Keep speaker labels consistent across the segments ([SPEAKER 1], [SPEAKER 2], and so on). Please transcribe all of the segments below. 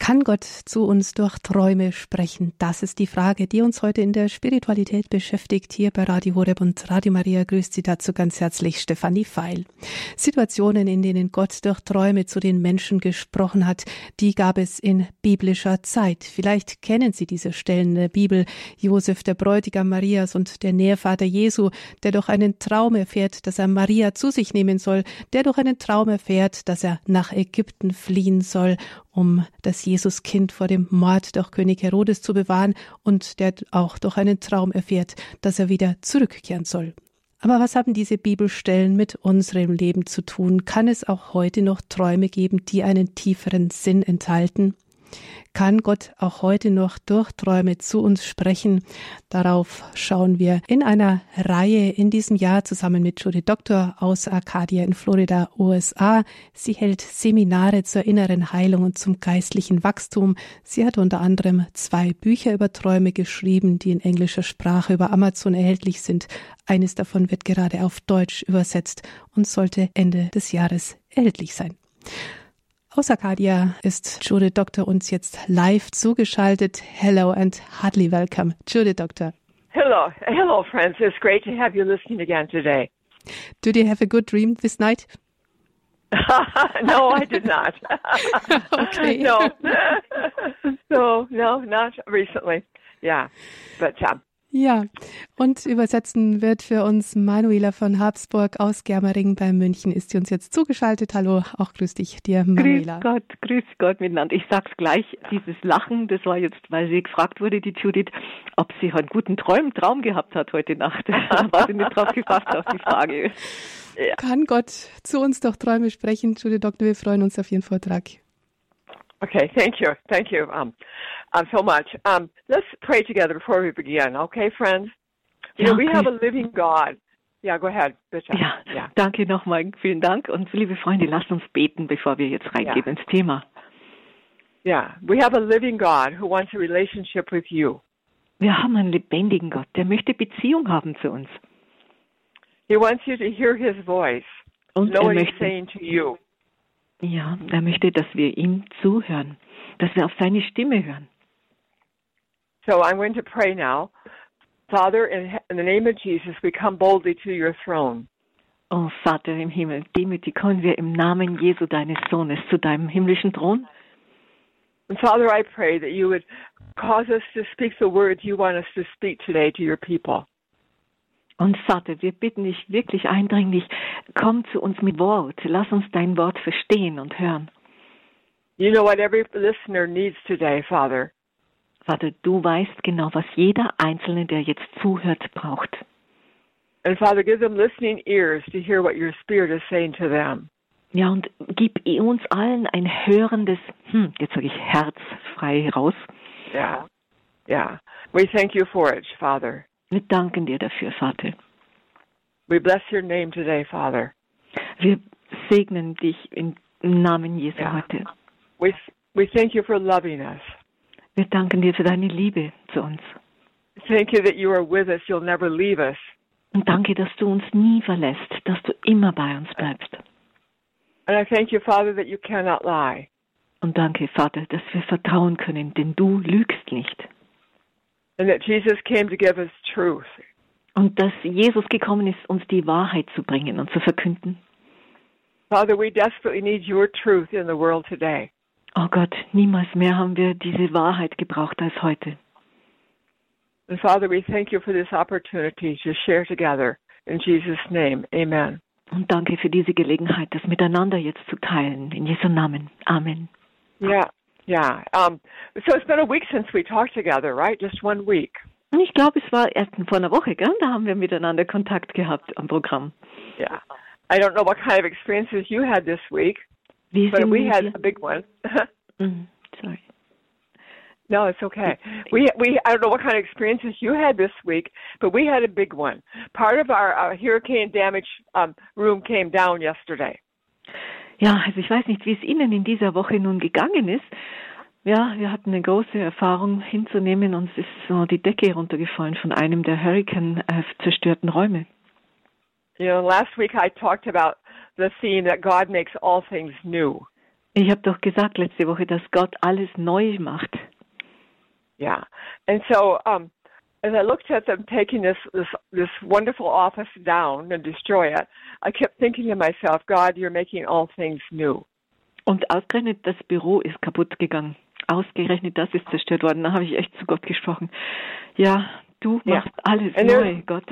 [SPEAKER 1] Kann Gott zu uns durch Träume sprechen? Das ist die Frage, die uns heute in der Spiritualität beschäftigt, hier bei Radio Horeb und Radio Maria. Grüßt Sie dazu ganz herzlich, Stefanie Feil. Situationen, in denen Gott durch Träume zu den Menschen gesprochen hat, die gab es in biblischer Zeit. Vielleicht kennen Sie diese Stellen der Bibel. Josef, der Bräutigam Marias und der Nährvater Jesu, der durch einen Traum erfährt, dass er Maria zu sich nehmen soll, der durch einen Traum erfährt, dass er nach Ägypten fliehen soll um das Jesuskind vor dem Mord durch König Herodes zu bewahren und der auch durch einen Traum erfährt, dass er wieder zurückkehren soll. Aber was haben diese Bibelstellen mit unserem Leben zu tun? Kann es auch heute noch Träume geben, die einen tieferen Sinn enthalten? Kann Gott auch heute noch durch Träume zu uns sprechen? Darauf schauen wir in einer Reihe in diesem Jahr zusammen mit Judy Doktor aus Arcadia in Florida, USA. Sie hält Seminare zur inneren Heilung und zum geistlichen Wachstum. Sie hat unter anderem zwei Bücher über Träume geschrieben, die in englischer Sprache über Amazon erhältlich sind. Eines davon wird gerade auf Deutsch übersetzt und sollte Ende des Jahres erhältlich sein. Aus Arcadia ist Jude Doktor uns jetzt live zugeschaltet. Hello and heartily welcome, Jude Doktor.
[SPEAKER 2] Hello, hello, friends. It's great to have you listening again today.
[SPEAKER 1] Did you have a good dream this night?
[SPEAKER 2] no, I did not.
[SPEAKER 1] Okay.
[SPEAKER 2] no, no, no, not recently. Yeah, but um,
[SPEAKER 1] Ja, und übersetzen wird für uns Manuela von Habsburg aus Germering bei München. Ist sie uns jetzt zugeschaltet? Hallo, auch grüß dich dir,
[SPEAKER 3] Grüß
[SPEAKER 1] Manuela.
[SPEAKER 3] Gott, grüß Gott miteinander. Ich sag's gleich, dieses Lachen, das war jetzt, weil sie gefragt wurde, die Judith, ob sie einen guten Traum, Traum gehabt hat heute Nacht. Da war sie nicht drauf gefasst auf die Frage.
[SPEAKER 1] Kann Gott zu uns durch Träume sprechen? Jude Doktor, wir freuen uns auf Ihren Vortrag.
[SPEAKER 2] okay. Thank you, thank you, um, um, so much. Um, let's pray together before we begin, okay, friends? You know,
[SPEAKER 3] Yeah,
[SPEAKER 2] we
[SPEAKER 3] okay.
[SPEAKER 2] have a living God. Yeah, go ahead, Bishop.
[SPEAKER 3] Ja,
[SPEAKER 2] yeah.
[SPEAKER 3] danke nochmal, vielen Dank. Und liebe Freunde, lasst uns beten, bevor wir jetzt reingehen
[SPEAKER 2] Ja.
[SPEAKER 3] ins Thema.
[SPEAKER 2] Yeah, we have a living God who wants a relationship with you.
[SPEAKER 3] Wir haben einen lebendigen Gott, der möchte Beziehung haben zu uns.
[SPEAKER 2] He wants you to hear his voice,
[SPEAKER 3] Und
[SPEAKER 2] know
[SPEAKER 3] er
[SPEAKER 2] what he's
[SPEAKER 3] möchte,
[SPEAKER 2] saying to you.
[SPEAKER 3] ja, er möchte, dass wir ihm zuhören, dass wir auf seine Stimme hören.
[SPEAKER 2] So I'm going to pray now. Father, in, in the name of Jesus, we come boldly to your throne.
[SPEAKER 3] O Oh, Vater im Himmel, demütig kommen wir im Namen Jesu deines Sohnes zu deinem himmlischen Thron.
[SPEAKER 2] And Father, I pray that you would cause us to speak the words you want us to speak today to your people.
[SPEAKER 3] Und Vater, wir bitten dich wirklich eindringlich, komm zu uns mit Wort, lass uns dein Wort verstehen und hören.
[SPEAKER 2] You know what every listener needs today, Father.
[SPEAKER 3] Vater, du weißt genau, was jeder Einzelne, der jetzt zuhört, braucht.
[SPEAKER 2] And Father, give them listening ears to hear what your Spirit is saying to them.
[SPEAKER 3] Ja, und gib uns allen ein hörendes, hm, jetzt sage ich Herz frei raus.
[SPEAKER 2] Yeah. Yeah. We thank you for it, Father.
[SPEAKER 3] Wir danken dir dafür, Vater.
[SPEAKER 2] We bless your name today, Father.
[SPEAKER 3] Wir segnen dich im Namen Jesu
[SPEAKER 2] Ja.
[SPEAKER 3] heute.
[SPEAKER 2] We, we thank you for loving us.
[SPEAKER 3] Wir danken dir für deine Liebe zu uns.
[SPEAKER 2] Thank you that you are with us. You'll never leave us.
[SPEAKER 3] Und danke, dass du uns nie verlässt, dass du immer bei uns bleibst.
[SPEAKER 2] And I thank you, Father, that you cannot lie.
[SPEAKER 3] Und danke, Vater, dass wir vertrauen können, denn du lügst nicht.
[SPEAKER 2] And that Jesus came to give us truth.
[SPEAKER 3] Und dass Jesus gekommen ist, uns die Wahrheit zu bringen und zu verkünden.
[SPEAKER 2] Father, we desperately need your truth in the world today.
[SPEAKER 3] Oh Gott, niemals mehr haben wir diese Wahrheit gebraucht als heute.
[SPEAKER 2] And Father, we thank you for this opportunity to share together. In Jesus' name, amen.
[SPEAKER 3] Und danke für diese Gelegenheit, das miteinander jetzt zu teilen. In Jesu Namen. Amen.
[SPEAKER 2] Yeah, yeah. Um, so it's been a week since we talked together, right? Just one week.
[SPEAKER 3] Und ich glaube, es war erst vor einer Woche, gell? Da haben wir miteinander Kontakt gehabt am Programm.
[SPEAKER 2] Yeah. I don't know what kind of experiences you had this week,
[SPEAKER 3] Wie
[SPEAKER 2] but
[SPEAKER 3] sind
[SPEAKER 2] we had
[SPEAKER 3] wir-
[SPEAKER 2] a big one.
[SPEAKER 3] Mm, Sorry.
[SPEAKER 2] no, it's okay. We we I don't know what kind of experiences you had this week, but we had a big one. Part of our, uh hurricane damage um, room came down yesterday.
[SPEAKER 3] Ja, also ich weiß nicht, wie es Ihnen in dieser Woche nun gegangen ist. Ja, wir hatten eine große Erfahrung hinzunehmen. Uns ist so die Decke runtergefallen von einem der Hurricane-zerstörten Räume.
[SPEAKER 2] You know, last week I talked about the theme that God makes all things new.
[SPEAKER 3] Ich habe doch gesagt letzte Woche, dass Gott alles neu macht.
[SPEAKER 2] Yeah. And so um as I looked at them taking this this this wonderful office down and destroy it, I kept thinking to myself, God, you're making all things new.
[SPEAKER 3] Und ausgerechnet das Büro ist kaputt gegangen. Ausgerechnet das ist zerstört worden. Da habe ich echt zu Gott gesprochen. Ja, du
[SPEAKER 2] Ja.
[SPEAKER 3] machst alles
[SPEAKER 2] And there's-
[SPEAKER 3] neu, Gott.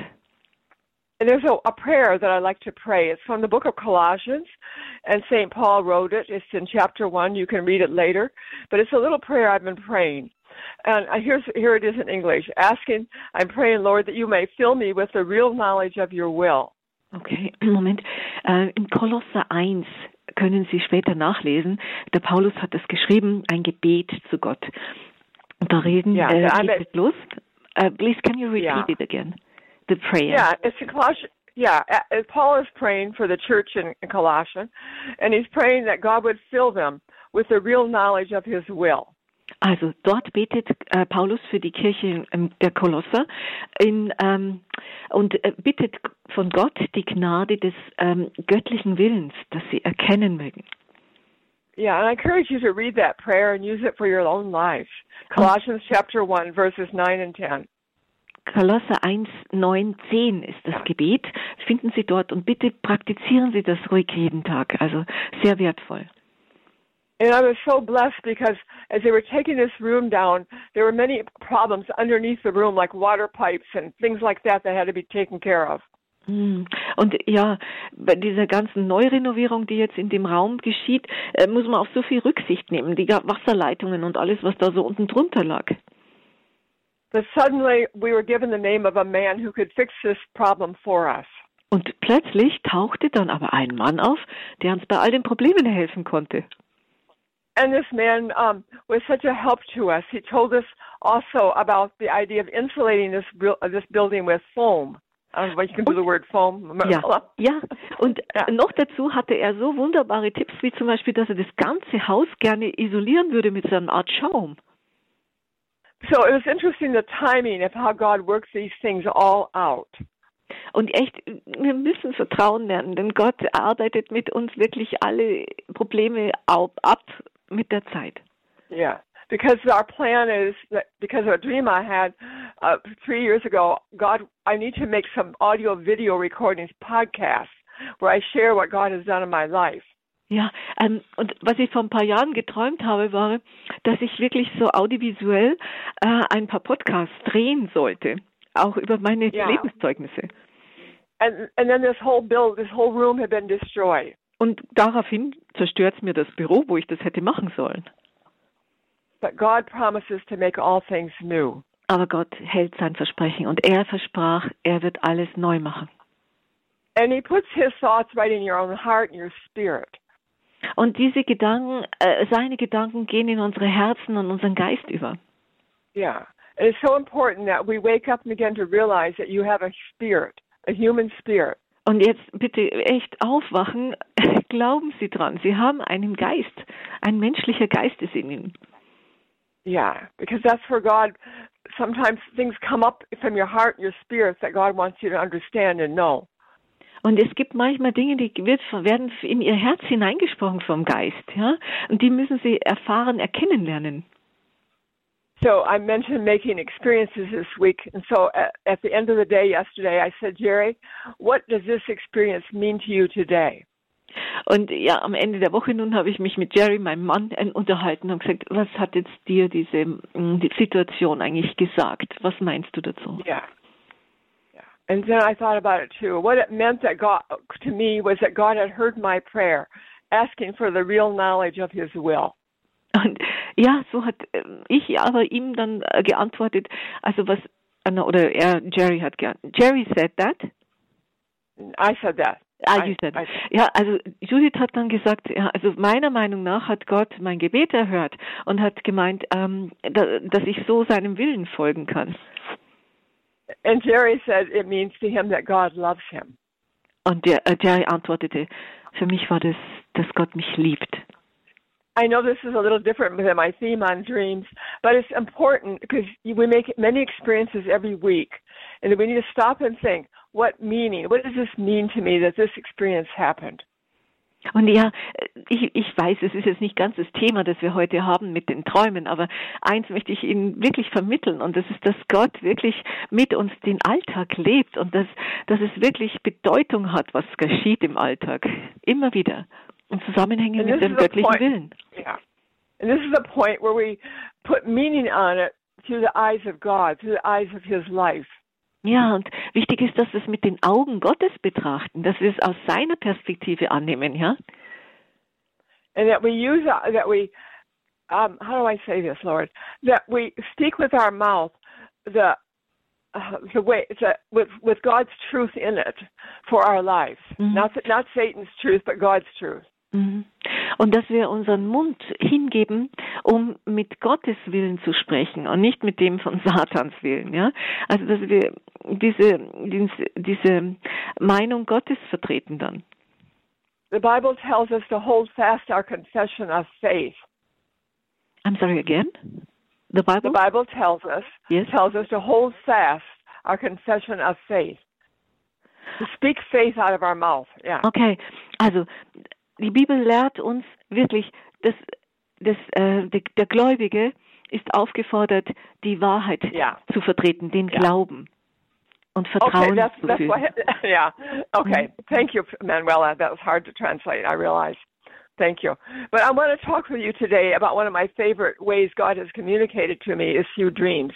[SPEAKER 2] And there's a, a prayer that I like to pray. It's from the book of Colossians, and St. Paul wrote it. It's in chapter 1. You can read it later. But it's a little prayer I've been praying. And I- here's, here it is in English asking, I'm praying, Lord, that you may fill me with the real knowledge of your will.
[SPEAKER 3] Okay, Moment. Äh, in Kolosser 1 können Sie später nachlesen. Der Paulus hat das geschrieben, ein Gebet zu Gott. Und da reden
[SPEAKER 2] Ja,
[SPEAKER 3] äh,
[SPEAKER 2] der
[SPEAKER 3] geht
[SPEAKER 2] Anwalt-
[SPEAKER 3] es los. Äh, please, can you repeat
[SPEAKER 2] Ja.
[SPEAKER 3] it again? The prayer.
[SPEAKER 2] Yeah, it's in Colossians. Yeah, a- a- Paul is praying for the church in, in Colossian, and he's praying that God would fill them with the real knowledge of his will.
[SPEAKER 3] Also dort betet äh, Paulus für die Kirche ähm, der Kolosser in, ähm, und äh, bittet von Gott die Gnade des ähm, göttlichen Willens, dass sie erkennen mögen.
[SPEAKER 2] Yeah, and I encourage you to read that prayer and use it for your own life. Colossians chapter 1, verses 9 and 10.
[SPEAKER 3] Kolosser 1, 9, 10 ist das Gebet. Das finden Sie dort und bitte praktizieren Sie das ruhig jeden Tag. Also sehr wertvoll.
[SPEAKER 2] And I was so blessed because as they were taking this room down, there were many problems underneath the room, like water pipes and things like that that had to be taken care of.
[SPEAKER 3] Hm. Und ja, bei dieser ganzen Neurenovierung, die jetzt in dem Raum geschieht, äh, muss man auf so viel Rücksicht nehmen. Die ga- Wasserleitungen und alles, was da so unten drunter lag.
[SPEAKER 2] But suddenly we were given the name of a man who could fix this problem for us.
[SPEAKER 3] Und plötzlich tauchte dann aber ein Mann auf, der uns bei all den Problemen helfen konnte.
[SPEAKER 2] And this man um, was such a help to us. He told us also about the idea of insulating this buil- uh, this building with foam. I don't know if you can do the word foam.
[SPEAKER 3] Ja, ja. Und
[SPEAKER 2] Ja.
[SPEAKER 3] äh, noch dazu hatte er so wunderbare Tipps, wie zum Beispiel, dass er das ganze Haus gerne isolieren würde mit so einer Art Schaum.
[SPEAKER 2] So it was interesting the timing of how God works these things all out.
[SPEAKER 3] Und echt, wir müssen Vertrauen lernen, denn Gott arbeitet mit uns wirklich alle Probleme ab, ab mit der Zeit.
[SPEAKER 2] Yeah. Because our plan is that because of a dream I had uh, three years ago, God, I need to make some audio video recordings, podcasts, where I share what God has done in my life.
[SPEAKER 3] Ja, ähm, und was ich vor ein paar Jahren geträumt habe, war, dass ich wirklich so audiovisuell äh, ein paar Podcasts drehen sollte, auch über meine
[SPEAKER 2] Ja.
[SPEAKER 3] Lebenszeugnisse.
[SPEAKER 2] And and then this whole build, this whole room had been destroyed.
[SPEAKER 3] Und daraufhin zerstört mir das Büro, wo ich das hätte machen sollen.
[SPEAKER 2] But God promises to make all things new.
[SPEAKER 3] Aber Gott hält sein Versprechen und er versprach, er wird alles neu machen.
[SPEAKER 2] And He puts His thoughts right in your own heart and your spirit.
[SPEAKER 3] Und diese Gedanken, äh, seine Gedanken gehen in unsere Herzen und unseren Geist über.
[SPEAKER 2] Yeah. And it's so important that we wake up and begin to realize that you have a spirit, a human spirit.
[SPEAKER 3] Und jetzt bitte echt aufwachen. Glauben Sie dran, Sie haben einen Geist. Ein menschlicher Geist ist in Ihnen.
[SPEAKER 2] Yeah. Because that's where God, sometimes things come up from your heart and your spirit that God wants you to understand and know.
[SPEAKER 3] Und es gibt manchmal Dinge, die wird, werden in Ihr Herz hineingesprochen vom Geist. Ja? Und die müssen Sie erfahren, erkennen lernen.
[SPEAKER 2] So I mentioned making experiences this week. And so at, at the end of the day yesterday, I said, Jerry, what does this experience mean to you today?
[SPEAKER 3] Und ja, am Ende der Woche nun habe ich mich mit Jerry, meinem Mann, äh, unterhalten und gesagt, was hat jetzt dir diese mh, die Situation eigentlich gesagt? Was meinst du dazu?
[SPEAKER 2] Yeah. Yeah. And then I thought about it too. What it meant that God to me was that God had heard my prayer, asking for the real knowledge of his will.
[SPEAKER 3] Und ja, so hat ähm, ich aber ihm dann äh, geantwortet, also was, äh, na, oder er, Jerry hat geantwortet, Jerry said that.
[SPEAKER 2] And I said that.
[SPEAKER 3] Ah,
[SPEAKER 2] I-
[SPEAKER 3] you said.
[SPEAKER 2] I-
[SPEAKER 3] Ja, also Judith hat dann gesagt, ja, also meiner Meinung nach hat Gott mein Gebet erhört und hat gemeint, ähm, da, dass ich so seinem Willen folgen kann.
[SPEAKER 2] And Jerry said it means to him that God loves him.
[SPEAKER 3] Und der, äh, Jerry antwortete, für mich war das, dass Gott mich liebt.
[SPEAKER 2] I know this is a little different than my theme on dreams, but it's important because we make many experiences every week, and we need to stop and think, what meaning? What does this mean to me that this experience happened?
[SPEAKER 3] Und ja, ich, ich weiß, es ist jetzt nicht ganz das Thema, das wir heute haben mit den Träumen, aber eins möchte ich Ihnen wirklich vermitteln und das ist, dass Gott wirklich mit uns den Alltag lebt und dass, dass es wirklich Bedeutung hat, was geschieht im Alltag. Immer wieder. Und Zusammenhänge
[SPEAKER 2] And
[SPEAKER 3] mit
[SPEAKER 2] this
[SPEAKER 3] dem
[SPEAKER 2] is the
[SPEAKER 3] göttlichen
[SPEAKER 2] point.
[SPEAKER 3] Willen.
[SPEAKER 2] Yeah. And this is the point where we put meaning on it through the eyes of God, through the eyes of His life.
[SPEAKER 3] Ja, und wichtig ist, dass wir es mit den Augen Gottes betrachten, dass wir es aus seiner Perspektive annehmen, ja?
[SPEAKER 2] and that we use uh, that we um, how do I say this, Lord? That we speak with our mouth the uh, the way the, with with God's truth in it for our lives,
[SPEAKER 3] Mhm.
[SPEAKER 2] not not Satan's truth, but God's truth.
[SPEAKER 3] Mhm. Und dass wir unseren Mund hingeben, um mit Gottes Willen zu sprechen und nicht mit dem von Satans Willen. Ja? Also dass wir diese, diese- diese Meinung Gottes vertreten dann.
[SPEAKER 2] The Bible tells us to hold fast our confession of faith.
[SPEAKER 3] I'm sorry again.
[SPEAKER 2] The
[SPEAKER 3] The Bible.
[SPEAKER 2] Bible tells us
[SPEAKER 3] Yes.
[SPEAKER 2] tells us to hold fast our confession of faith. To speak faith out of our mouth. Yeah.
[SPEAKER 3] Okay. Also die Bibel lehrt uns wirklich, dass, dass äh, der, der Gläubige ist aufgefordert, die Wahrheit
[SPEAKER 2] Ja.
[SPEAKER 3] zu vertreten, den
[SPEAKER 2] Ja.
[SPEAKER 3] Glauben und
[SPEAKER 2] Okay,
[SPEAKER 3] Vertrauen
[SPEAKER 2] that's
[SPEAKER 3] zu
[SPEAKER 2] that's
[SPEAKER 3] fühlen.
[SPEAKER 2] what. Yeah. Okay. Thank you, Manuela. That was hard to translate. I realize. Thank you. But I want to talk with you today about one of my favorite ways God has communicated to me is through dreams.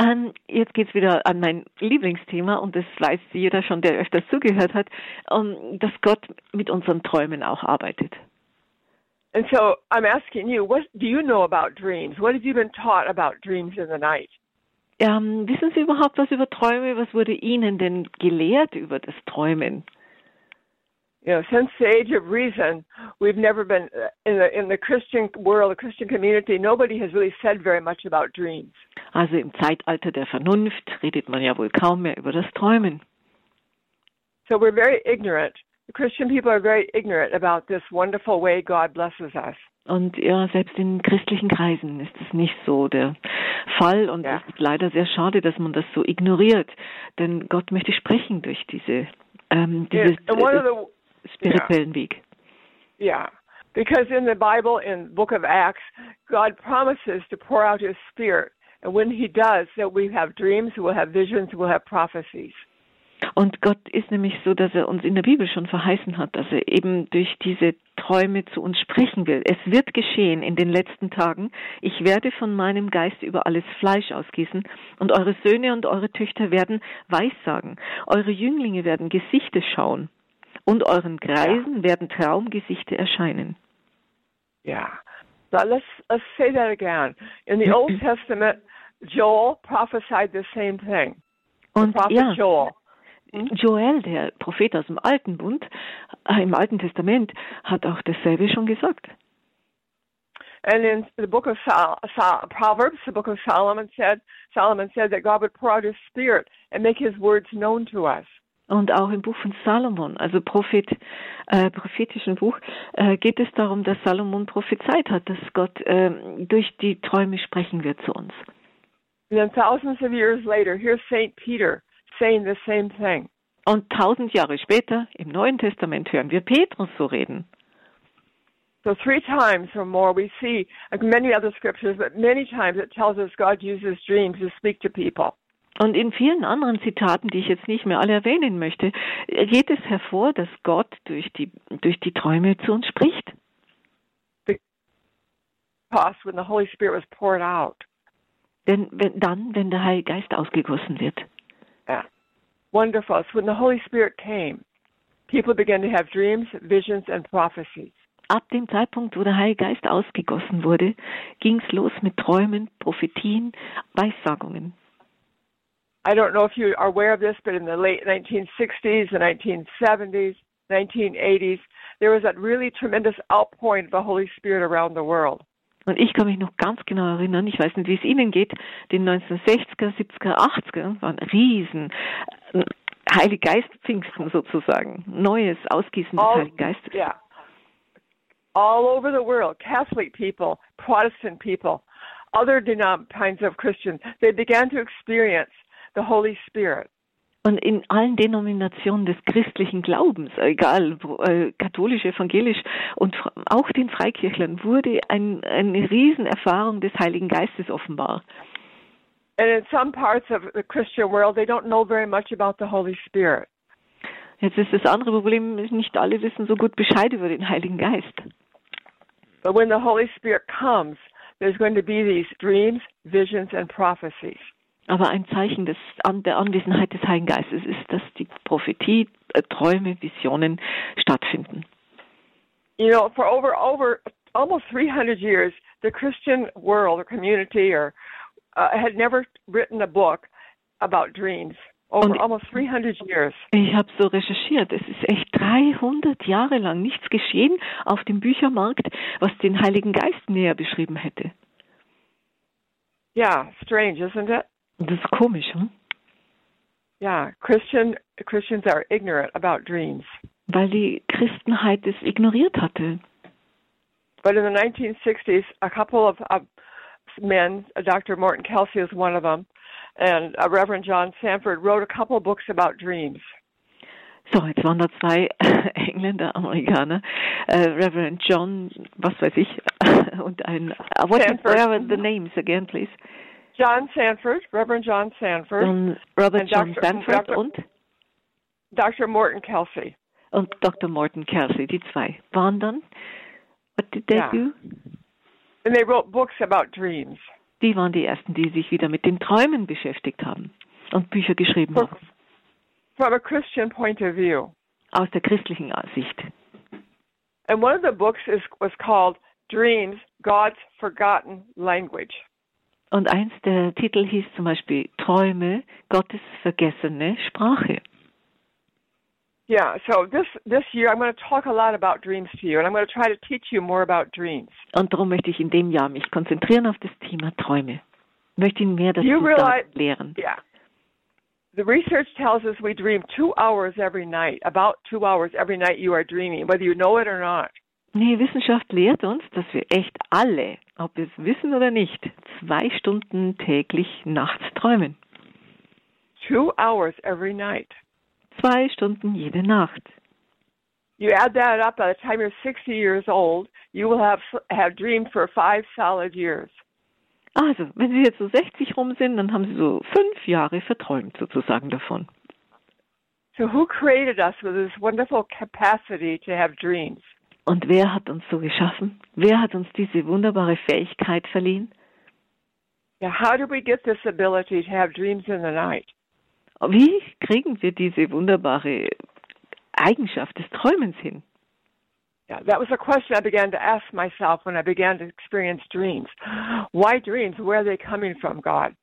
[SPEAKER 3] Ähm, jetzt geht's wieder an mein Lieblingsthema und das weiß jeder schon, der öfters zugehört hat, ähm, dass Gott mit unseren Träumen auch arbeitet.
[SPEAKER 2] And so I'm asking you, what do you know about dreams? What have you been taught about dreams in the night?
[SPEAKER 3] Ähm, wissen Sie überhaupt was über Träume? Was wurde Ihnen denn gelehrt über das Träumen?
[SPEAKER 2] You know, since the age of reason, we've never been uh, in the in the Christian world, the Christian community. Nobody has really said very much about dreams.
[SPEAKER 3] Also im Zeitalter der Vernunft redet man ja wohl kaum mehr über das Träumen.
[SPEAKER 2] So we're very ignorant. The Christian people are very ignorant about this wonderful way God blesses us.
[SPEAKER 3] Und ja, selbst in christlichen Kreisen ist es nicht so der Fall. Und
[SPEAKER 2] Ja.
[SPEAKER 3] es ist leider sehr schade, dass man das so ignoriert. Denn Gott möchte sprechen durch diese, ähm,
[SPEAKER 2] Yeah,
[SPEAKER 3] dieses
[SPEAKER 2] and one
[SPEAKER 3] äh,
[SPEAKER 2] of the
[SPEAKER 3] spirituellen Weg.
[SPEAKER 2] yeah, because in the Bible, in Book of Acts, God promises to pour out His Spirit, and when He does, that we have dreams, we'll have visions, we'll have prophecies.
[SPEAKER 3] Und Gott ist nämlich so, dass er uns in der Bibel schon verheißen hat, dass er eben durch diese Träume zu uns sprechen will. Es wird geschehen in den letzten Tagen. Ich werde von meinem Geist über alles Fleisch ausgießen und eure Söhne und eure Töchter werden Weissagen. Eure Jünglinge werden Gesichter schauen und euren Greisen werden Traumgesichter erscheinen.
[SPEAKER 2] Yeah. Now let's let's say that again. In the Old Testament, Joel prophesied the same thing. The
[SPEAKER 3] Und
[SPEAKER 2] prophet
[SPEAKER 3] ja,
[SPEAKER 2] Joel.
[SPEAKER 3] Joel, der Prophet aus dem Alten Bund, äh, im Alten Testament, hat auch dasselbe schon gesagt.
[SPEAKER 2] And in the book of Sol- Sol- Proverbs, the book of Solomon said, Solomon said that God would pour out His Spirit and make His words known to us.
[SPEAKER 3] Und auch im Buch von Salomon, also Prophet, äh, prophetischen Buch, äh, geht es darum, dass Salomon prophezeit hat, dass Gott ähm, durch die Träume sprechen wird zu uns.
[SPEAKER 2] And then thousands of years later, here's Saint Peter saying the same thing.
[SPEAKER 3] Und tausend Jahre später, im Neuen Testament, hören wir Petrus so reden.
[SPEAKER 2] So three times or more, we see like many other scriptures, but many times it tells us God uses dreams to speak to people.
[SPEAKER 3] Und in vielen anderen Zitaten, die ich jetzt nicht mehr alle erwähnen möchte, äh, geht es hervor, dass Gott durch die, durch die Träume zu uns spricht.
[SPEAKER 2] Cost when the Holy Spirit was poured out.
[SPEAKER 3] Denn wenn, dann, wenn der Heilige Geist ausgegossen wird.
[SPEAKER 2] Yeah. Wonderful. It's when the Holy Spirit came, people began to have dreams, visions, and prophecies.
[SPEAKER 3] Ab dem Zeitpunkt, wo der Heilige Geist ausgegossen wurde, ging's los mit Träumen, Prophetien, Weissagungen.
[SPEAKER 2] I don't know if you are aware of this, but in the late 1960s, the 1970s, 1980s, there was a really tremendous outpouring of the Holy Spirit around the world.
[SPEAKER 3] Und ich kann mich noch ganz genau erinnern, ich weiß nicht, wie es Ihnen geht, den 1960er, 70er, 80er waren Riesen. äh, Heilig Geist Pfingsten sozusagen. Neues Ausgießen des
[SPEAKER 2] All,
[SPEAKER 3] Heiligen Geistes.
[SPEAKER 2] yeah. All over the world, Catholic people, Protestant people, other denom- kinds of Christians, they began to experience the Holy Spirit.
[SPEAKER 3] Und in allen Denominationen des christlichen Glaubens, egal äh, katholisch, evangelisch und auch den Freikirchlern, wurde ein, eine Riesenerfahrung des Heiligen Geistes offenbar.
[SPEAKER 2] And in some parts of the Christian world, they don't know very much about the Holy Spirit.
[SPEAKER 3] Jetzt ist das andere Problem, nicht alle wissen so gut Bescheid über den Heiligen Geist.
[SPEAKER 2] But when the Holy Spirit comes, there's going to be these dreams, visions, and prophecies.
[SPEAKER 3] Aber ein Zeichen des, an, der Anwesenheit des Heiligen Geistes ist, dass die Prophetie, äh, Träume, Visionen stattfinden.
[SPEAKER 2] You know, for over over almost 300 years, the Christian world or community or uh, had never written a book about dreams. Over
[SPEAKER 3] Und-
[SPEAKER 2] almost 300 years.
[SPEAKER 3] Ich habe so recherchiert. Es ist echt 300 Jahre lang nichts geschehen auf dem Büchermarkt, was den Heiligen Geist näher beschrieben hätte.
[SPEAKER 2] Yeah, strange, isn't it?
[SPEAKER 3] Und Das ist komisch, hm?
[SPEAKER 2] Yeah, Christian Christians are ignorant about dreams.
[SPEAKER 3] weil die Christenheit es ignoriert hatte.
[SPEAKER 2] But in the 1960s, a couple of uh, men, uh, Dr. Morton Kelsey is one of them, and uh, Reverend John Sanford wrote a couple books about dreams.
[SPEAKER 3] So, jetzt waren da zwei Engländer, Amerikaner, äh, Reverend John, was weiß ich, und ein. Uh, what
[SPEAKER 2] Sanford.
[SPEAKER 3] where were the names again, please?
[SPEAKER 2] John Sanford, Reverend John Sanford,
[SPEAKER 3] John, Um, Robert
[SPEAKER 2] And
[SPEAKER 3] John
[SPEAKER 2] Dr.
[SPEAKER 3] Stanford
[SPEAKER 2] Dr.
[SPEAKER 3] und
[SPEAKER 2] Dr. Morton Kelsey.
[SPEAKER 3] und Dr. Morton Kelsey, die zwei waren dann. What did they
[SPEAKER 2] Ja.
[SPEAKER 3] do?
[SPEAKER 2] And they wrote books about dreams.
[SPEAKER 3] Die waren die ersten, die sich wieder mit den Träumen beschäftigt haben und Bücher geschrieben
[SPEAKER 2] For-
[SPEAKER 3] haben
[SPEAKER 2] from a Christian point of view.
[SPEAKER 3] aus der christlichen Sicht.
[SPEAKER 2] And one of the books is, was called Dreams, God's Forgotten Language.
[SPEAKER 3] Und eins der Titel hieß zum Beispiel Träume, Gottes vergessene Sprache.
[SPEAKER 2] Yeah, so this, this year I'm going to talk a lot about dreams to you, and I'm going to try to teach you more about dreams.
[SPEAKER 3] Und darum möchte ich in dem Jahr mich konzentrieren auf das Thema Träume. Möchte Ihnen mehr dazu
[SPEAKER 2] You realize-
[SPEAKER 3] sagen, lehren.
[SPEAKER 2] Yeah. The research tells us we dream two hours every night. About two hours every night you are dreaming, whether you know it or not.
[SPEAKER 3] Nee, Wissenschaft lehrt uns, dass wir echt alle, ob wir es wissen oder nicht, zwei Stunden täglich nachts träumen.
[SPEAKER 2] Two hours every night.
[SPEAKER 3] Zwei Stunden jede Nacht.
[SPEAKER 2] You add that up by the time you're 60 years old, you will have have dreamed for five solid years.
[SPEAKER 3] Also, wenn Sie jetzt so 60 rum sind, dann haben Sie so fünf Jahre verträumt sozusagen davon.
[SPEAKER 2] So who created us with this wonderful capacity to have dreams?
[SPEAKER 3] Und wer hat uns so geschaffen? Wer hat uns diese wunderbare Fähigkeit verliehen?
[SPEAKER 2] Now, how do we get this ability to have dreams in the night?
[SPEAKER 3] Wie kriegen wir diese wunderbare Eigenschaft des Träumens hin?
[SPEAKER 2] Yeah, that was a question I began to ask myself when I began to experience dreams. Why dreams? Where are they coming from, God?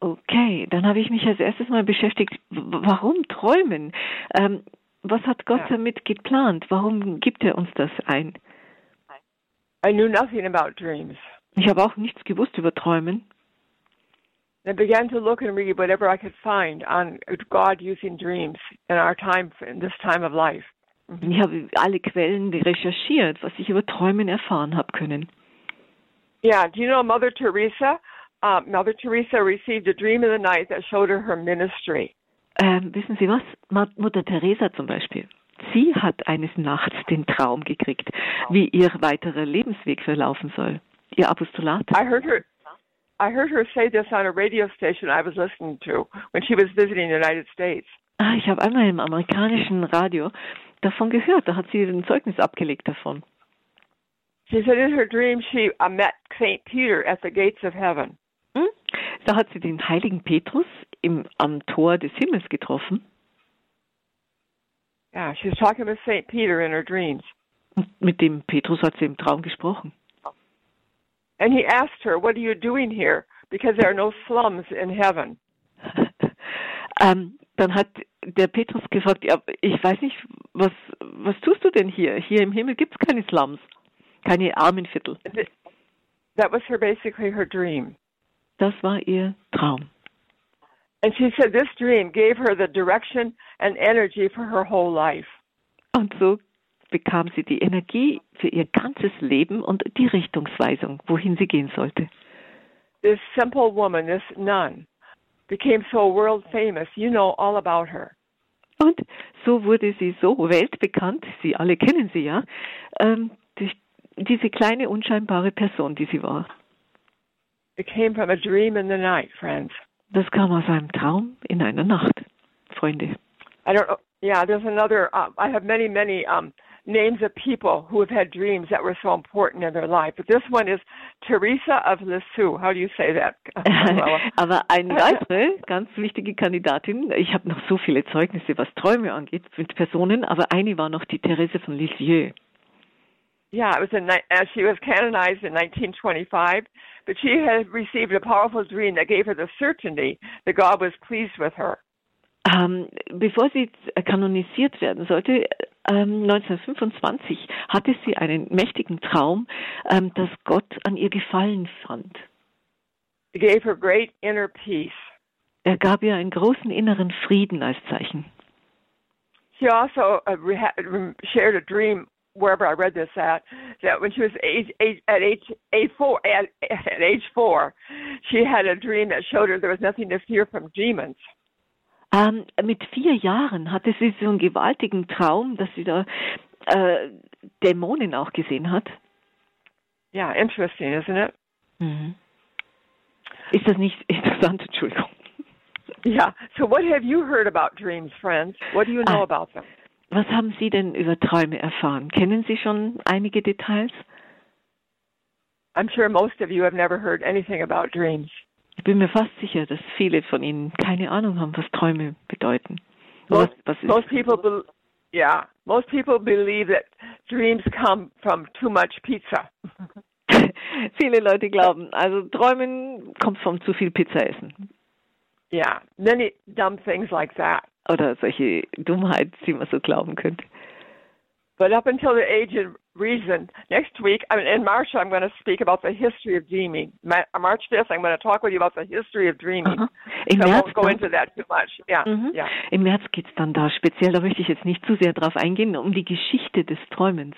[SPEAKER 3] Okay, dann habe ich mich als erstes mal beschäftigt, w- warum träumen? Ähm, was hat Gott
[SPEAKER 2] Ja.
[SPEAKER 3] damit geplant? Warum gibt er uns das ein?
[SPEAKER 2] I knew nothing about dreams.
[SPEAKER 3] Ich habe auch nichts gewusst über Träumen.
[SPEAKER 2] I began to look and read whatever I could find on God using dreams in our time, in this time of life.
[SPEAKER 3] Ich habe alle Quellen recherchiert, was ich über Träumen erfahren habe können.
[SPEAKER 2] Yeah, do you know Mother Teresa? Uh, Mother Teresa received a dream in the night that showed her her ministry.
[SPEAKER 3] Ähm, wissen Sie was? Ma- Mutter Teresa zum Beispiel. Sie hat eines Nachts den Traum gekriegt, wie ihr weiterer Lebensweg verlaufen soll. Ihr Apostolat.
[SPEAKER 2] I heard her. I heard her say this on a radio station I was listening to when she was visiting the United States.
[SPEAKER 3] Ah, ich habe einmal im amerikanischen Radio davon gehört. Da hat sie ein Zeugnis abgelegt davon.
[SPEAKER 2] She said in her dream she uh, met Saint Peter at the gates of heaven.
[SPEAKER 3] Hm? Da hat sie den heiligen Petrus im, am Tor des Himmels getroffen.
[SPEAKER 2] Yeah, she was talking with Saint Peter in her dreams,
[SPEAKER 3] Und mit dem Petrus hat sie im Traum gesprochen.
[SPEAKER 2] and he asked her, "What are you doing here? Because there are no slums in heaven."
[SPEAKER 3] ähm, dann hat der Petrus gefragt, ja, ich weiß nicht, was, was tust du denn hier? Hier im Himmel gibt es keine Slums, keine Armenviertel.
[SPEAKER 2] Th- That was her basically her dream.
[SPEAKER 3] Das war ihr Traum.
[SPEAKER 2] And she said this dream gave her the direction and energy for her whole life.
[SPEAKER 3] Und so bekam sie die Energie für ihr ganzes Leben und die Richtungsweisung, wohin sie gehen sollte.
[SPEAKER 2] This simple woman, this nun, became so world famous. You know all about her.
[SPEAKER 3] Und so wurde sie so weltbekannt, Sie alle kennen sie ja, ähm, durch diese kleine unscheinbare Person, die sie war.
[SPEAKER 2] It came from a dream in the night, friends.
[SPEAKER 3] Das kam aus einem Traum in einer Nacht, Freunde.
[SPEAKER 2] I don't know. Yeah, there's another. Um, I have many, many um, names of people who have had dreams that were so important in their life, but this one is Teresa of Lisieux. How do you say that? Manuela?
[SPEAKER 3] Aber eine weitere ganz wichtige Kandidatin, ich habe noch so viele Zeugnisse, was Träume angeht, mit Personen, aber eine war noch die Therese von Lisieux.
[SPEAKER 2] Yeah, it was in, ni- uh, she was canonized in 1925, but she had received a powerful dream that gave her the certainty that God was pleased with her.
[SPEAKER 3] Ähm, bevor sie äh, kanonisiert werden sollte, ähm, 1925 hatte sie einen mächtigen Traum, ähm, dass Gott an ihr Gefallen fand.
[SPEAKER 2] It gave her great inner peace.
[SPEAKER 3] Er gab ihr einen großen inneren Frieden als Zeichen.
[SPEAKER 2] She also uh, re- ha- rem- shared a dream wherever I read this at that when she was age, age at age, age four at, at age four, she had a dream that showed her there was nothing to fear from demons.
[SPEAKER 3] Ähm, mit vier Jahren hatte sie so einen gewaltigen Traum, dass sie da äh, Dämonen auch gesehen hat.
[SPEAKER 2] Yeah, interesting, isn't it?
[SPEAKER 3] Ist das nicht interessant? Entschuldigung.
[SPEAKER 2] Yeah. So, what have you heard about dreams, friends? What do you know
[SPEAKER 3] Uh,
[SPEAKER 2] about them?
[SPEAKER 3] Was haben Sie denn über Träume erfahren? Kennen Sie schon einige Details?
[SPEAKER 2] I'm sure most of you have never heard anything about dreams.
[SPEAKER 3] Ich bin mir fast sicher, dass viele von Ihnen keine Ahnung haben, was Träume bedeuten.
[SPEAKER 2] Most,
[SPEAKER 3] was, was ist-
[SPEAKER 2] most people, bel yeah, most people believe that dreams come from too much pizza.
[SPEAKER 3] viele Leute glauben, also Träumen kommt vom zu viel Pizza essen
[SPEAKER 2] Yeah, many dumb things like that.
[SPEAKER 3] oder solche Dummheit, die man so glauben könnte.
[SPEAKER 2] But up until the age of reason, next week, I mean, in March, I'm going to speak about the history of dreaming. Ma- on March 5th, I'm going to talk with you about the history of dreaming.
[SPEAKER 3] Aha. Im
[SPEAKER 2] So I
[SPEAKER 3] März,
[SPEAKER 2] won't go into that too much. Yeah,
[SPEAKER 3] Mhm.
[SPEAKER 2] yeah.
[SPEAKER 3] Im März geht's dann da speziell, da möchte ich jetzt nicht zu sehr drauf eingehen, um die Geschichte des Träumens.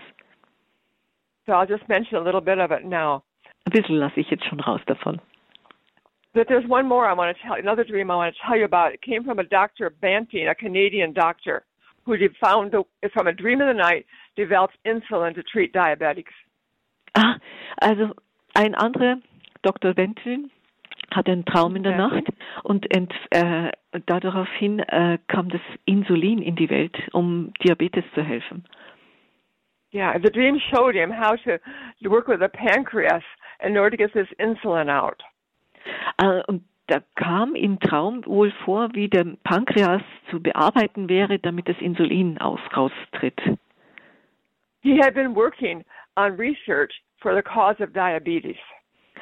[SPEAKER 2] So I'll just mention a little bit of it now.
[SPEAKER 3] Ein bisschen lasse ich jetzt schon raus davon.
[SPEAKER 2] But there's one more I want to tell another dream I want to tell you about. It came from a Dr. Banting, a Canadian doctor, who de- found the, from a dream of the night developed insulin to treat diabetics.
[SPEAKER 3] Ah, also ein anderer, Dr. Bentley, hatte einen Traum in der
[SPEAKER 2] Ja.
[SPEAKER 3] Nacht und ent, äh, daraufhin äh, kam das Insulin in die Welt, um Diabetes zu helfen.
[SPEAKER 2] Yeah, the dream showed him how to work with the pancreas in order to get this insulin out.
[SPEAKER 3] Äh, und da kam im Traum wohl vor, wie der Pankreas zu bearbeiten wäre, damit das Insulin aus raustritt.
[SPEAKER 2] He had been working on research for the cause of diabetes.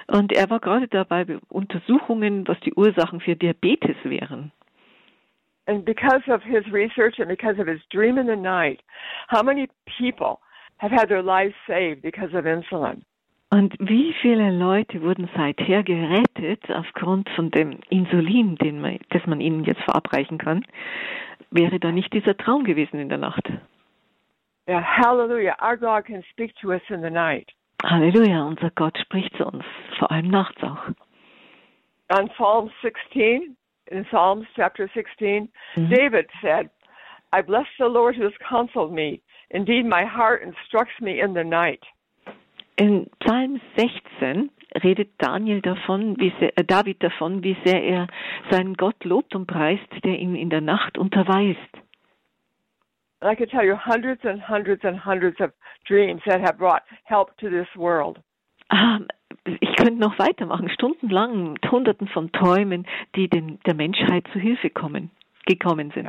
[SPEAKER 3] Und er war gerade dabei, bei Untersuchungen, was die Ursachen für Diabetes wären.
[SPEAKER 2] And because of his research and because of his dream in the night, how many people have had their lives saved because of insulin?
[SPEAKER 3] Und wie viele Leute wurden seither gerettet aufgrund von dem Insulin, den man, das man ihnen jetzt verabreichen kann? Wäre da nicht dieser Traum gewesen in der Nacht?
[SPEAKER 2] Yeah, hallelujah. Our God can speak to us in the night.
[SPEAKER 3] Halleluja, unser Gott spricht zu uns, vor allem nachts auch.
[SPEAKER 2] On Psalm 16, in Psalms chapter 16,
[SPEAKER 3] Mhm.
[SPEAKER 2] David said, I bless the Lord who has counseled me. Indeed, my heart instructs me in the night.
[SPEAKER 3] In Psalm 16 redet Daniel davon, wie sehr, äh, David davon, wie sehr er seinen Gott lobt und preist, der ihn in der Nacht unterweist.
[SPEAKER 2] And I could tell you hundreds and hundreds and hundreds of dreams that have brought help to this world.
[SPEAKER 3] Ah, Ich könnte noch weitermachen, stundenlang mit Hunderten von Träumen, die den, der Menschheit zu Hilfe kommen, gekommen sind.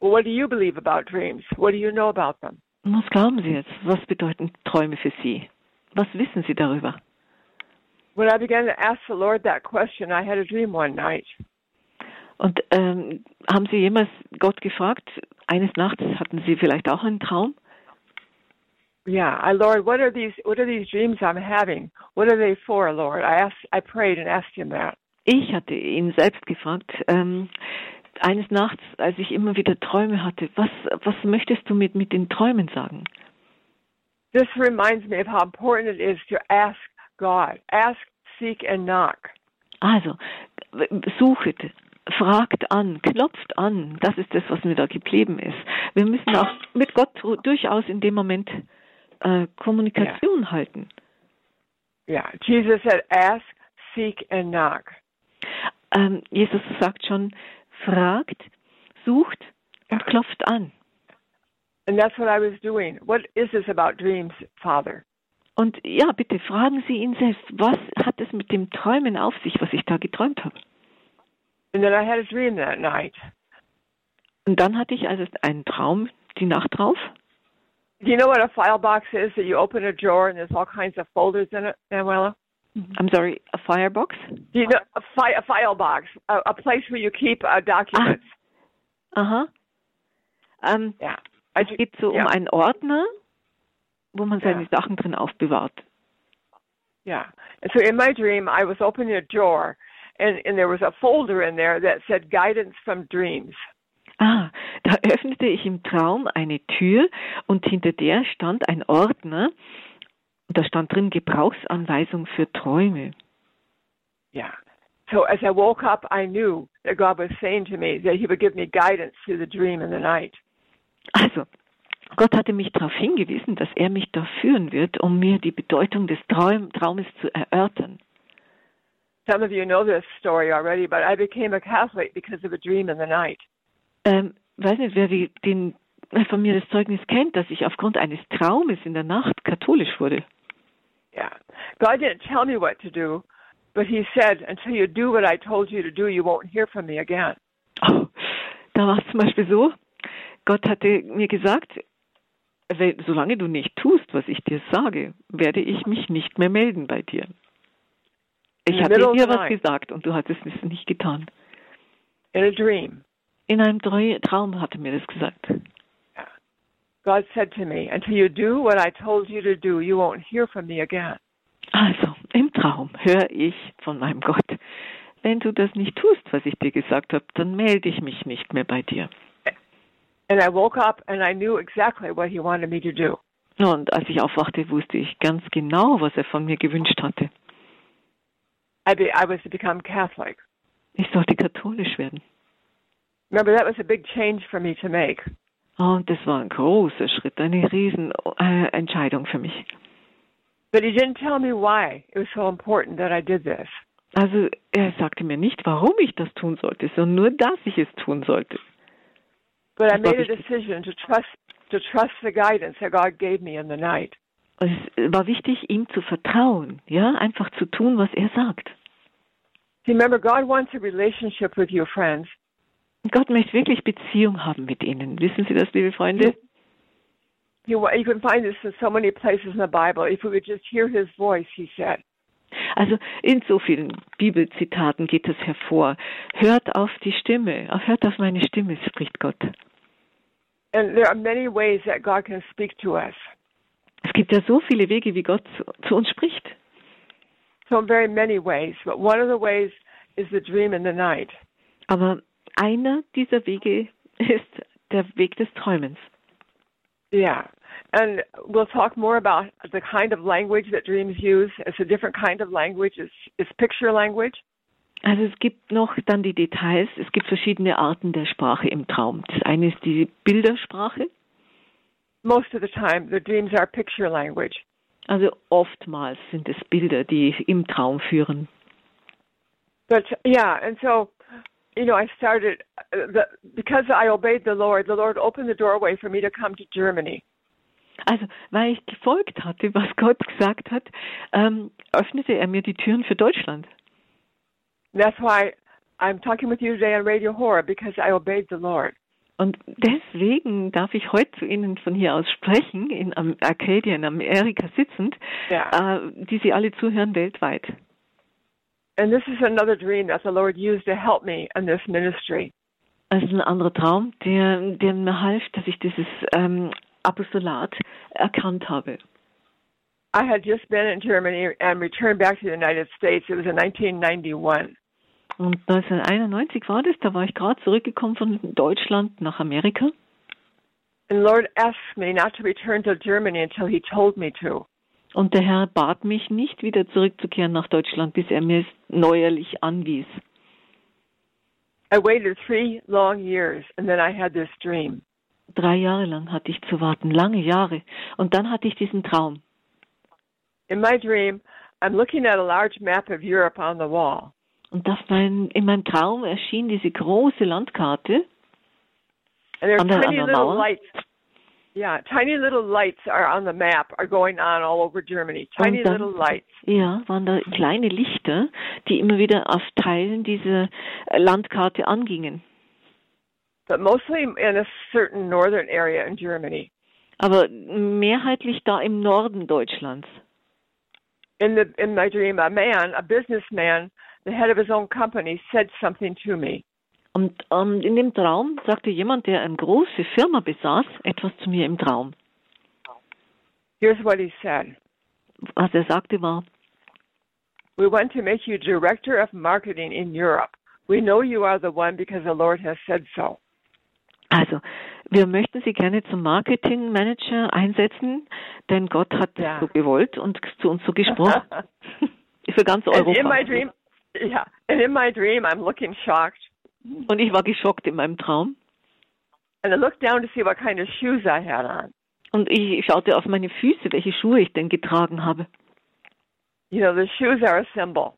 [SPEAKER 2] Well, what do you believe about dreams? What do you know about them?
[SPEAKER 3] Was glauben Sie jetzt? Was bedeuten Träume für Sie? Was wissen Sie darüber?
[SPEAKER 2] When I began to ask the Lord that question, I had a dream one night.
[SPEAKER 3] Und ähm, haben Sie jemals Gott gefragt? Eines Nachts hatten Sie vielleicht auch einen Traum?
[SPEAKER 2] Yeah, I Lord, what are these what are these dreams I'm having? What are they for, Lord? I asked I prayed and asked him that.
[SPEAKER 3] Ich hatte ihn selbst gefragt, ähm, eines Nachts, als ich immer wieder Träume hatte, was, was möchtest du mit, mit den Träumen sagen?
[SPEAKER 2] This reminds me of how important it is to ask God. Ask, seek and knock.
[SPEAKER 3] Also, suchet, fragt an, klopft an. Das ist das, was mir da geblieben ist. Wir müssen auch mit Gott durchaus in dem Moment äh, Kommunikation
[SPEAKER 2] Ja.
[SPEAKER 3] halten.
[SPEAKER 2] Yeah. Jesus said, ask, seek, and knock.
[SPEAKER 3] Ähm, Jesus sagt schon, fragt, sucht und klopft an.
[SPEAKER 2] And that's what I was doing. What is this about dreams, Father?
[SPEAKER 3] Und ja, bitte fragen Sie ihn selbst, was hat es mit dem Träumen auf sich, was ich da geträumt habe?
[SPEAKER 2] And then I had a dream that night.
[SPEAKER 3] Und dann hatte ich also einen Traum die Nacht drauf.
[SPEAKER 2] Do you know what a file box is? That you open a drawer and there's all kinds of folders in it, Manuela?
[SPEAKER 3] I'm sorry, a Firebox.
[SPEAKER 2] Do you know a, fi- a file box, a, a place where you keep uh, documents?
[SPEAKER 3] Aha. Ähm,
[SPEAKER 2] Yeah. I
[SPEAKER 3] es
[SPEAKER 2] do-
[SPEAKER 3] geht so
[SPEAKER 2] Äh, ja.
[SPEAKER 3] um einen Ordner, wo man seine
[SPEAKER 2] Ja.
[SPEAKER 3] Sachen drin aufbewahrt.
[SPEAKER 2] Yeah. And so in my dream, I was opening a drawer, and, and there was a folder in there that said guidance from dreams.
[SPEAKER 3] Ah, da öffnete ich im Traum eine Tür und hinter der stand ein Ordner. Und da stand drin Gebrauchsanweisung für Träume.
[SPEAKER 2] Yeah. So as I woke up, I knew that God was saying to me that He would give me guidance through the dream in the night.
[SPEAKER 3] Also, Gott hatte mich darauf hingewiesen, dass er mich da führen wird, um mir die Bedeutung des Traum Traumes zu erörtern.
[SPEAKER 2] Some of you know this story already, but I became a Catholic because of a dream in the night.
[SPEAKER 3] Ähm, weiß nicht, wer die, den, von mir das Zeugnis kennt, dass ich aufgrund eines Traumes in der Nacht katholisch wurde.
[SPEAKER 2] Yeah. God didn't tell me what to do, but He said, until you do what I told you to do, you won't hear from me again.
[SPEAKER 3] Oh, da war es zum Beispiel so, Gott hatte mir gesagt, "Wel- solange du nicht tust, was ich dir sage, werde ich mich nicht mehr melden bei dir.
[SPEAKER 2] In
[SPEAKER 3] Ich
[SPEAKER 2] the
[SPEAKER 3] hatte
[SPEAKER 2] middle of
[SPEAKER 3] dir
[SPEAKER 2] the
[SPEAKER 3] was
[SPEAKER 2] night.
[SPEAKER 3] gesagt und du hattest es nicht getan.
[SPEAKER 2] In a dream,
[SPEAKER 3] In einem Trau- Traum hatte mir das gesagt.
[SPEAKER 2] God said to me, until you do what I told you to do, you won't hear from me again.
[SPEAKER 3] Also, im Traum höre ich von meinem Gott, wenn du das nicht tust, was ich dir gesagt habe, dann melde ich mich nicht mehr bei dir.
[SPEAKER 2] And I woke up and I knew exactly what He wanted me to do.
[SPEAKER 3] Und als ich aufwachte, wusste ich ganz genau, was er von mir gewünscht hatte.
[SPEAKER 2] I, be- I was to become Catholic.
[SPEAKER 3] Ich sollte katholisch werden.
[SPEAKER 2] Remember, that was a big change for me to make.
[SPEAKER 3] Und Ah, das war ein großer Schritt, eine riesen äh, Entscheidung für mich.
[SPEAKER 2] But he didn't tell me why it was so important that I did this.
[SPEAKER 3] Also er sagte mir nicht, warum ich das tun sollte, sondern nur, dass ich es tun sollte.
[SPEAKER 2] But I
[SPEAKER 3] That's
[SPEAKER 2] made a
[SPEAKER 3] obvious.
[SPEAKER 2] decision to trust to trust the guidance that God gave me in the night.
[SPEAKER 3] Und es war wichtig, ihm zu vertrauen, ja, einfach zu tun, was er sagt.
[SPEAKER 2] See, remember, God wants a relationship with you, friends.
[SPEAKER 3] Und Gott möchte wirklich Beziehung haben mit ihnen. Wissen Sie das, liebe Freunde?
[SPEAKER 2] You, wa- you can find this in so many places in the Bible. If we would just hear His voice, He said.
[SPEAKER 3] Also in so vielen Bibelzitaten geht es hervor. Hört auf die Stimme, hört auf meine Stimme, spricht Gott.
[SPEAKER 2] And there are many ways that God can speak to us.
[SPEAKER 3] Es gibt ja so viele Wege, wie Gott zu, zu uns spricht.
[SPEAKER 2] So very many ways. But one of the ways is the dream in the night.
[SPEAKER 3] Aber einer dieser Wege ist der Weg des Träumens.
[SPEAKER 2] Yeah. And we'll talk more about the kind of language that dreams use. It's a different kind of language. It's, it's picture language.
[SPEAKER 3] Also es gibt noch dann die Details. Es gibt verschiedene Arten der Sprache im Traum. Das eine ist die Bildersprache.
[SPEAKER 2] Most of the time, the dreams are picture language.
[SPEAKER 3] Also oftmals sind es Bilder, die im Traum führen.
[SPEAKER 2] But yeah, and so, you know, I started uh, the, because I obeyed the Lord. The Lord opened the doorway for me to come to Germany.
[SPEAKER 3] Also, weil ich gefolgt hatte, was Gott gesagt hat, ähm, öffnete er mir die Türen für Deutschland.
[SPEAKER 2] And that's why I'm talking with you today on Radio Horror because I obeyed the Lord.
[SPEAKER 3] Und deswegen darf ich heute zu Ihnen von hier aus sprechen, in Am- Arcadia, in Amerika sitzend,
[SPEAKER 2] Ja.
[SPEAKER 3] äh, die Sie alle zuhören weltweit.
[SPEAKER 2] And this is another dream that the Lord used to help me in this ministry.
[SPEAKER 3] Also ein anderer Traum, der, der mir half, dass ich dieses ähm, Apostolat erkannt habe.
[SPEAKER 2] I had just been in Germany and returned back to the United States. It was in 1991.
[SPEAKER 3] Und 1991 war das, da war ich gerade zurückgekommen von Deutschland nach Amerika.
[SPEAKER 2] And the Lord asked me not to return to Germany until He told me to.
[SPEAKER 3] Und der Herr bat mich nicht wieder zurückzukehren nach Deutschland, bis er mir es neuerlich anwies.
[SPEAKER 2] I waited three long years and then I had this dream.
[SPEAKER 3] Drei Jahre lang hatte ich zu warten, lange Jahre. Und dann hatte ich diesen Traum.
[SPEAKER 2] In my dream, I'm looking at a large map of Europe on the wall.
[SPEAKER 3] Und auf mein, in meinem Traum erschien diese große Landkarte.
[SPEAKER 2] And there are
[SPEAKER 3] On the- on
[SPEAKER 2] tiny
[SPEAKER 3] the
[SPEAKER 2] little
[SPEAKER 3] mountain?
[SPEAKER 2] lights. Yeah, tiny little lights are on the map, are going on all over Germany.
[SPEAKER 3] Und
[SPEAKER 2] Tiny
[SPEAKER 3] dann-
[SPEAKER 2] little lights.
[SPEAKER 3] Ja, waren da kleine Lichter, die immer wieder auf Teilen dieser äh, Landkarte angingen.
[SPEAKER 2] But mostly in a certain northern area in Germany.
[SPEAKER 3] Aber mehrheitlich da im Norden Deutschlands.
[SPEAKER 2] In the in my dream, a man, a businessman, the head of his own company, said something to me.
[SPEAKER 3] Und ähm, in dem Traum sagte jemand, der eine große Firma besaß, etwas zu mir im Traum.
[SPEAKER 2] Here's what he said.
[SPEAKER 3] Was er sagte war,
[SPEAKER 2] We want to make you director of marketing in Europe. We know you are the one because the Lord has said so.
[SPEAKER 3] also wir möchten Sie gerne zum Marketingmanager einsetzen, denn Gott hat
[SPEAKER 2] Ja.
[SPEAKER 3] das so gewollt und zu uns so gesprochen. Für ganz
[SPEAKER 2] And in
[SPEAKER 3] Europa.
[SPEAKER 2] my dream, yeah, and in my dream, I'm looking shocked,
[SPEAKER 3] Und ich war geschockt in meinem Traum.
[SPEAKER 2] and I looked down to see what kind of shoes I had on.
[SPEAKER 3] Und ich schaute auf meine Füße, welche Schuhe ich denn getragen habe.
[SPEAKER 2] You know, the shoes are a symbol.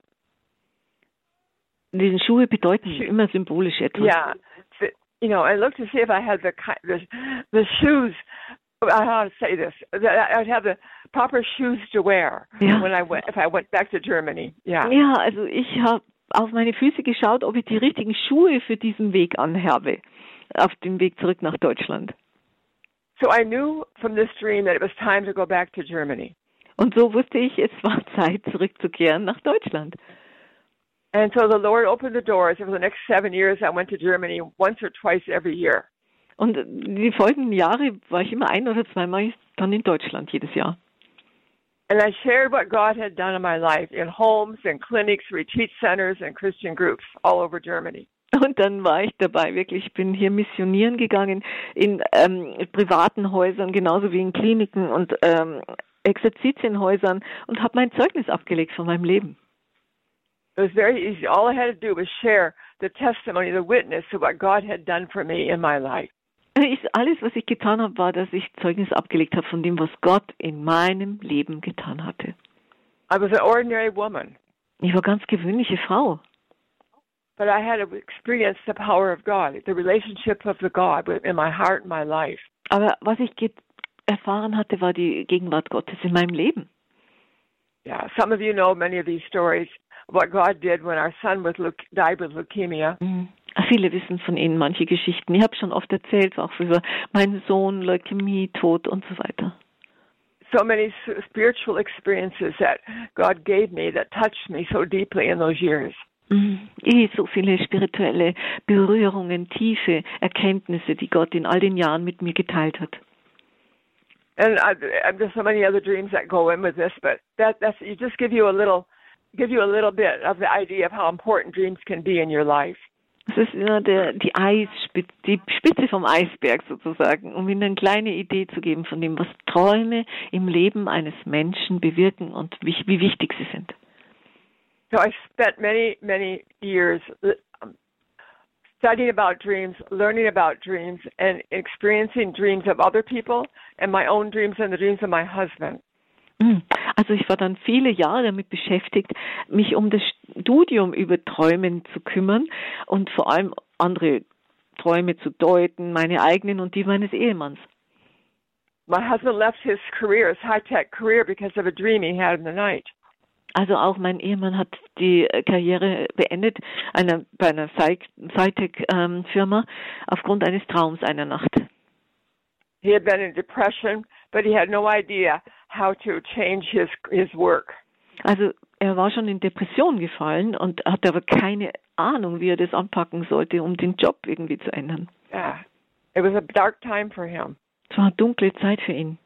[SPEAKER 3] Diese Schuhe bedeuten immer symbolisch etwas.
[SPEAKER 2] Yeah, The- you know, I looked to see if I had the ki- the, the shoes. I how to say this? That I would have the proper shoes to wear
[SPEAKER 3] Yeah.
[SPEAKER 2] when I went if I went back to Germany. Yeah.
[SPEAKER 3] Ja, also ich habe auf meine Füße geschaut, ob ich die richtigen Schuhe für diesen Weg anhabe, auf dem Weg zurück nach Deutschland.
[SPEAKER 2] So I knew from this dream that it was time to go back to Germany.
[SPEAKER 3] Und so wusste ich, es war Zeit, zurückzukehren nach Deutschland.
[SPEAKER 2] And so the Lord opened the doors. And for the next seven years, I went to Germany once or twice every year.
[SPEAKER 3] Und die folgenden Jahre war ich immer ein oder zweimal dann in Deutschland jedes Jahr.
[SPEAKER 2] And I shared what God had done in my life in homes and clinics, retreat centers, and Christian groups all over Germany.
[SPEAKER 3] Und dann war ich dabei, wirklich, ich bin hier missionieren gegangen, in ähm, privaten Häusern, genauso wie in Kliniken und ähm, Exerzitienhäusern und habe mein Zeugnis abgelegt von meinem Leben.
[SPEAKER 2] It was very easy. All I had to do was share the testimony, the witness of what God had done for me in my life.
[SPEAKER 3] Ich, alles, was ich getan habe, war, dass ich Zeugnis abgelegt habe von dem, was Gott in meinem Leben getan hatte.
[SPEAKER 2] I was an ordinary woman,
[SPEAKER 3] Ich war ganz gewöhnliche Frau,
[SPEAKER 2] but I had experienced the power of God, the relationship of the God in my heart and my life.
[SPEAKER 3] aber was ich ge- erfahren hatte, war die Gegenwart Gottes in meinem Leben.
[SPEAKER 2] Yeah, some of you know many of these stories. What God did when our son was leu- died with leukemia.
[SPEAKER 3] Viele wissen von Ihnen manche Geschichten. Ich habe schon oft erzählt, auch über meinen Sohn, Leukämie, Tod und so weiter.
[SPEAKER 2] So many s- spiritual experiences that God gave me that touched me so deeply in those years.
[SPEAKER 3] Mhm. Eh, So viele spirituelle Berührungen, tiefe Erkenntnisse, die Gott in all den Jahren mit mir geteilt hat.
[SPEAKER 2] And I, I, there's so many other dreams that go in with this, but that that's you just give you a little give you a little bit of the idea of how important dreams can be in your life.
[SPEAKER 3] Das ist immer der, die, Eisspitze, die Spitze vom Eisberg sozusagen, um Ihnen eine kleine Idee zu geben von dem, was Träume im Leben eines Menschen bewirken und wie, wie wichtig sie sind.
[SPEAKER 2] So I spent many many years l- um, studying about dreams, learning about dreams, and experiencing dreams of other people and my own dreams and the dreams of my husband.
[SPEAKER 3] Mm. Also ich war dann viele Jahre damit beschäftigt, mich um das Studium über Träumen zu kümmern und vor allem andere Träume zu deuten, meine eigenen und die meines Ehemanns.
[SPEAKER 2] My husband left his career, his high tech career, because of a dream he had in the night.
[SPEAKER 3] Also auch mein Ehemann hat die äh, Karriere beendet einer, bei einer Sci-Tech-Firma aufgrund eines Traums einer Nacht.
[SPEAKER 2] He had been in depression, but he had no idea how to change his his work.
[SPEAKER 3] Also er war schon in Depression gefallen und hatte aber keine Ahnung, wie er das anpacken sollte, um den Job irgendwie zu ändern.
[SPEAKER 2] Yeah. Ah, It was a dark time for him.
[SPEAKER 3] Es war eine dunkle Zeit für ihn.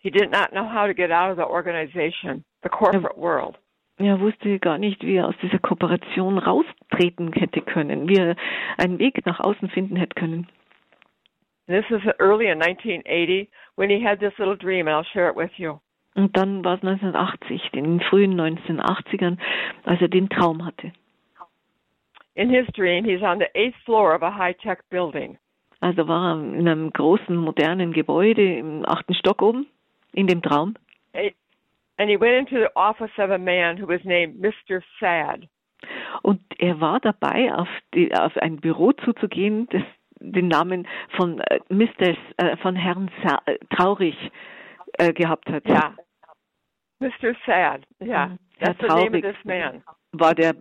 [SPEAKER 2] He did not know how to get out of the organization, the corporate world.
[SPEAKER 3] Er wusste gar nicht, wie er aus dieser Kooperation raustreten hätte können, wie er einen Weg nach außen finden hätte können.
[SPEAKER 2] And this is early in 1980 when he had this little dream, and I'll share it with you.
[SPEAKER 3] Und dann war es 1980, in den frühen 1980ern, als er den Traum hatte.
[SPEAKER 2] In his dream, he's on the eighth floor of a high tech building.
[SPEAKER 3] Also war er in einem großen, modernen Gebäude im achten Stock oben, in dem Traum.
[SPEAKER 2] And he went into the office of a man who was named Mr. Sad.
[SPEAKER 3] Und er war dabei, auf, die, auf ein Büro zuzugehen, das den Namen von äh, Mr. Äh, von Herrn Sa äh, Traurig äh, gehabt hat.
[SPEAKER 2] Yeah. Mr. Sad. Yeah.
[SPEAKER 3] Mhm. Herr
[SPEAKER 2] That's the name of
[SPEAKER 3] Traurig
[SPEAKER 2] this man.
[SPEAKER 3] war der,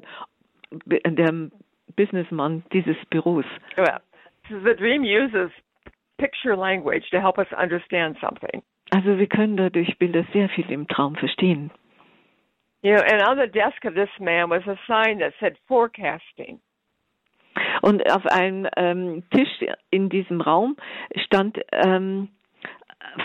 [SPEAKER 3] äh, der Businessmann dieses Büros.
[SPEAKER 2] Well, so the dream uses picture language to help us understand something.
[SPEAKER 3] Also wir können dadurch Bilder sehr viel im Traum verstehen.
[SPEAKER 2] You know, and on the desk of this man was a sign that said forecasting.
[SPEAKER 3] Und auf einem ähm, Tisch in diesem Raum stand ähm,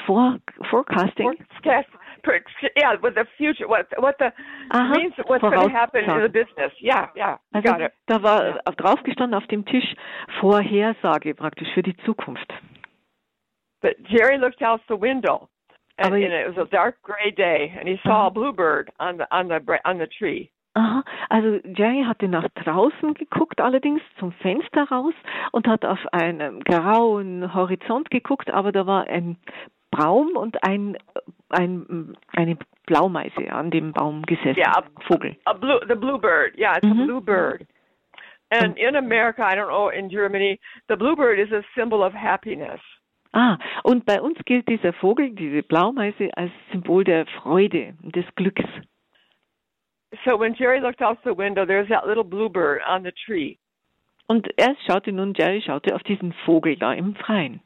[SPEAKER 3] vor, Forecasting.
[SPEAKER 2] Forecast, per- yeah, with the future, what what the
[SPEAKER 3] Aha,
[SPEAKER 2] means what's going to happen in the
[SPEAKER 3] Voraussagen.
[SPEAKER 2] business. Yeah, yeah, you
[SPEAKER 3] Also
[SPEAKER 2] got it.
[SPEAKER 3] da war auf- draufgestanden auf dem Tisch Vorhersage praktisch für die Zukunft.
[SPEAKER 2] But Jerry looked out the window, and,
[SPEAKER 3] Aber-
[SPEAKER 2] and it was a dark gray day, and he saw a bluebird on the on the br- on the tree.
[SPEAKER 3] Aha, also Jerry hatte nach draußen geguckt, allerdings zum Fenster raus und hat auf einen grauen Horizont geguckt, aber da war ein Baum und ein, ein eine Blaumeise an dem Baum gesessen,
[SPEAKER 2] Ja, ab-
[SPEAKER 3] Vogel.
[SPEAKER 2] A blue, the bluebird. Yeah, it's
[SPEAKER 3] Mhm.
[SPEAKER 2] a bluebird. And in America, I don't know in Germany, the bluebird is a symbol of happiness.
[SPEAKER 3] Ah, und bei uns gilt dieser Vogel, diese Blaumeise, als Symbol der Freude, des Glücks.
[SPEAKER 2] So when Jerry looked out the window, there's that little bluebird on the tree,
[SPEAKER 3] Und er schaute nun, Jerry schaute auf diesen Vogel da im Freien.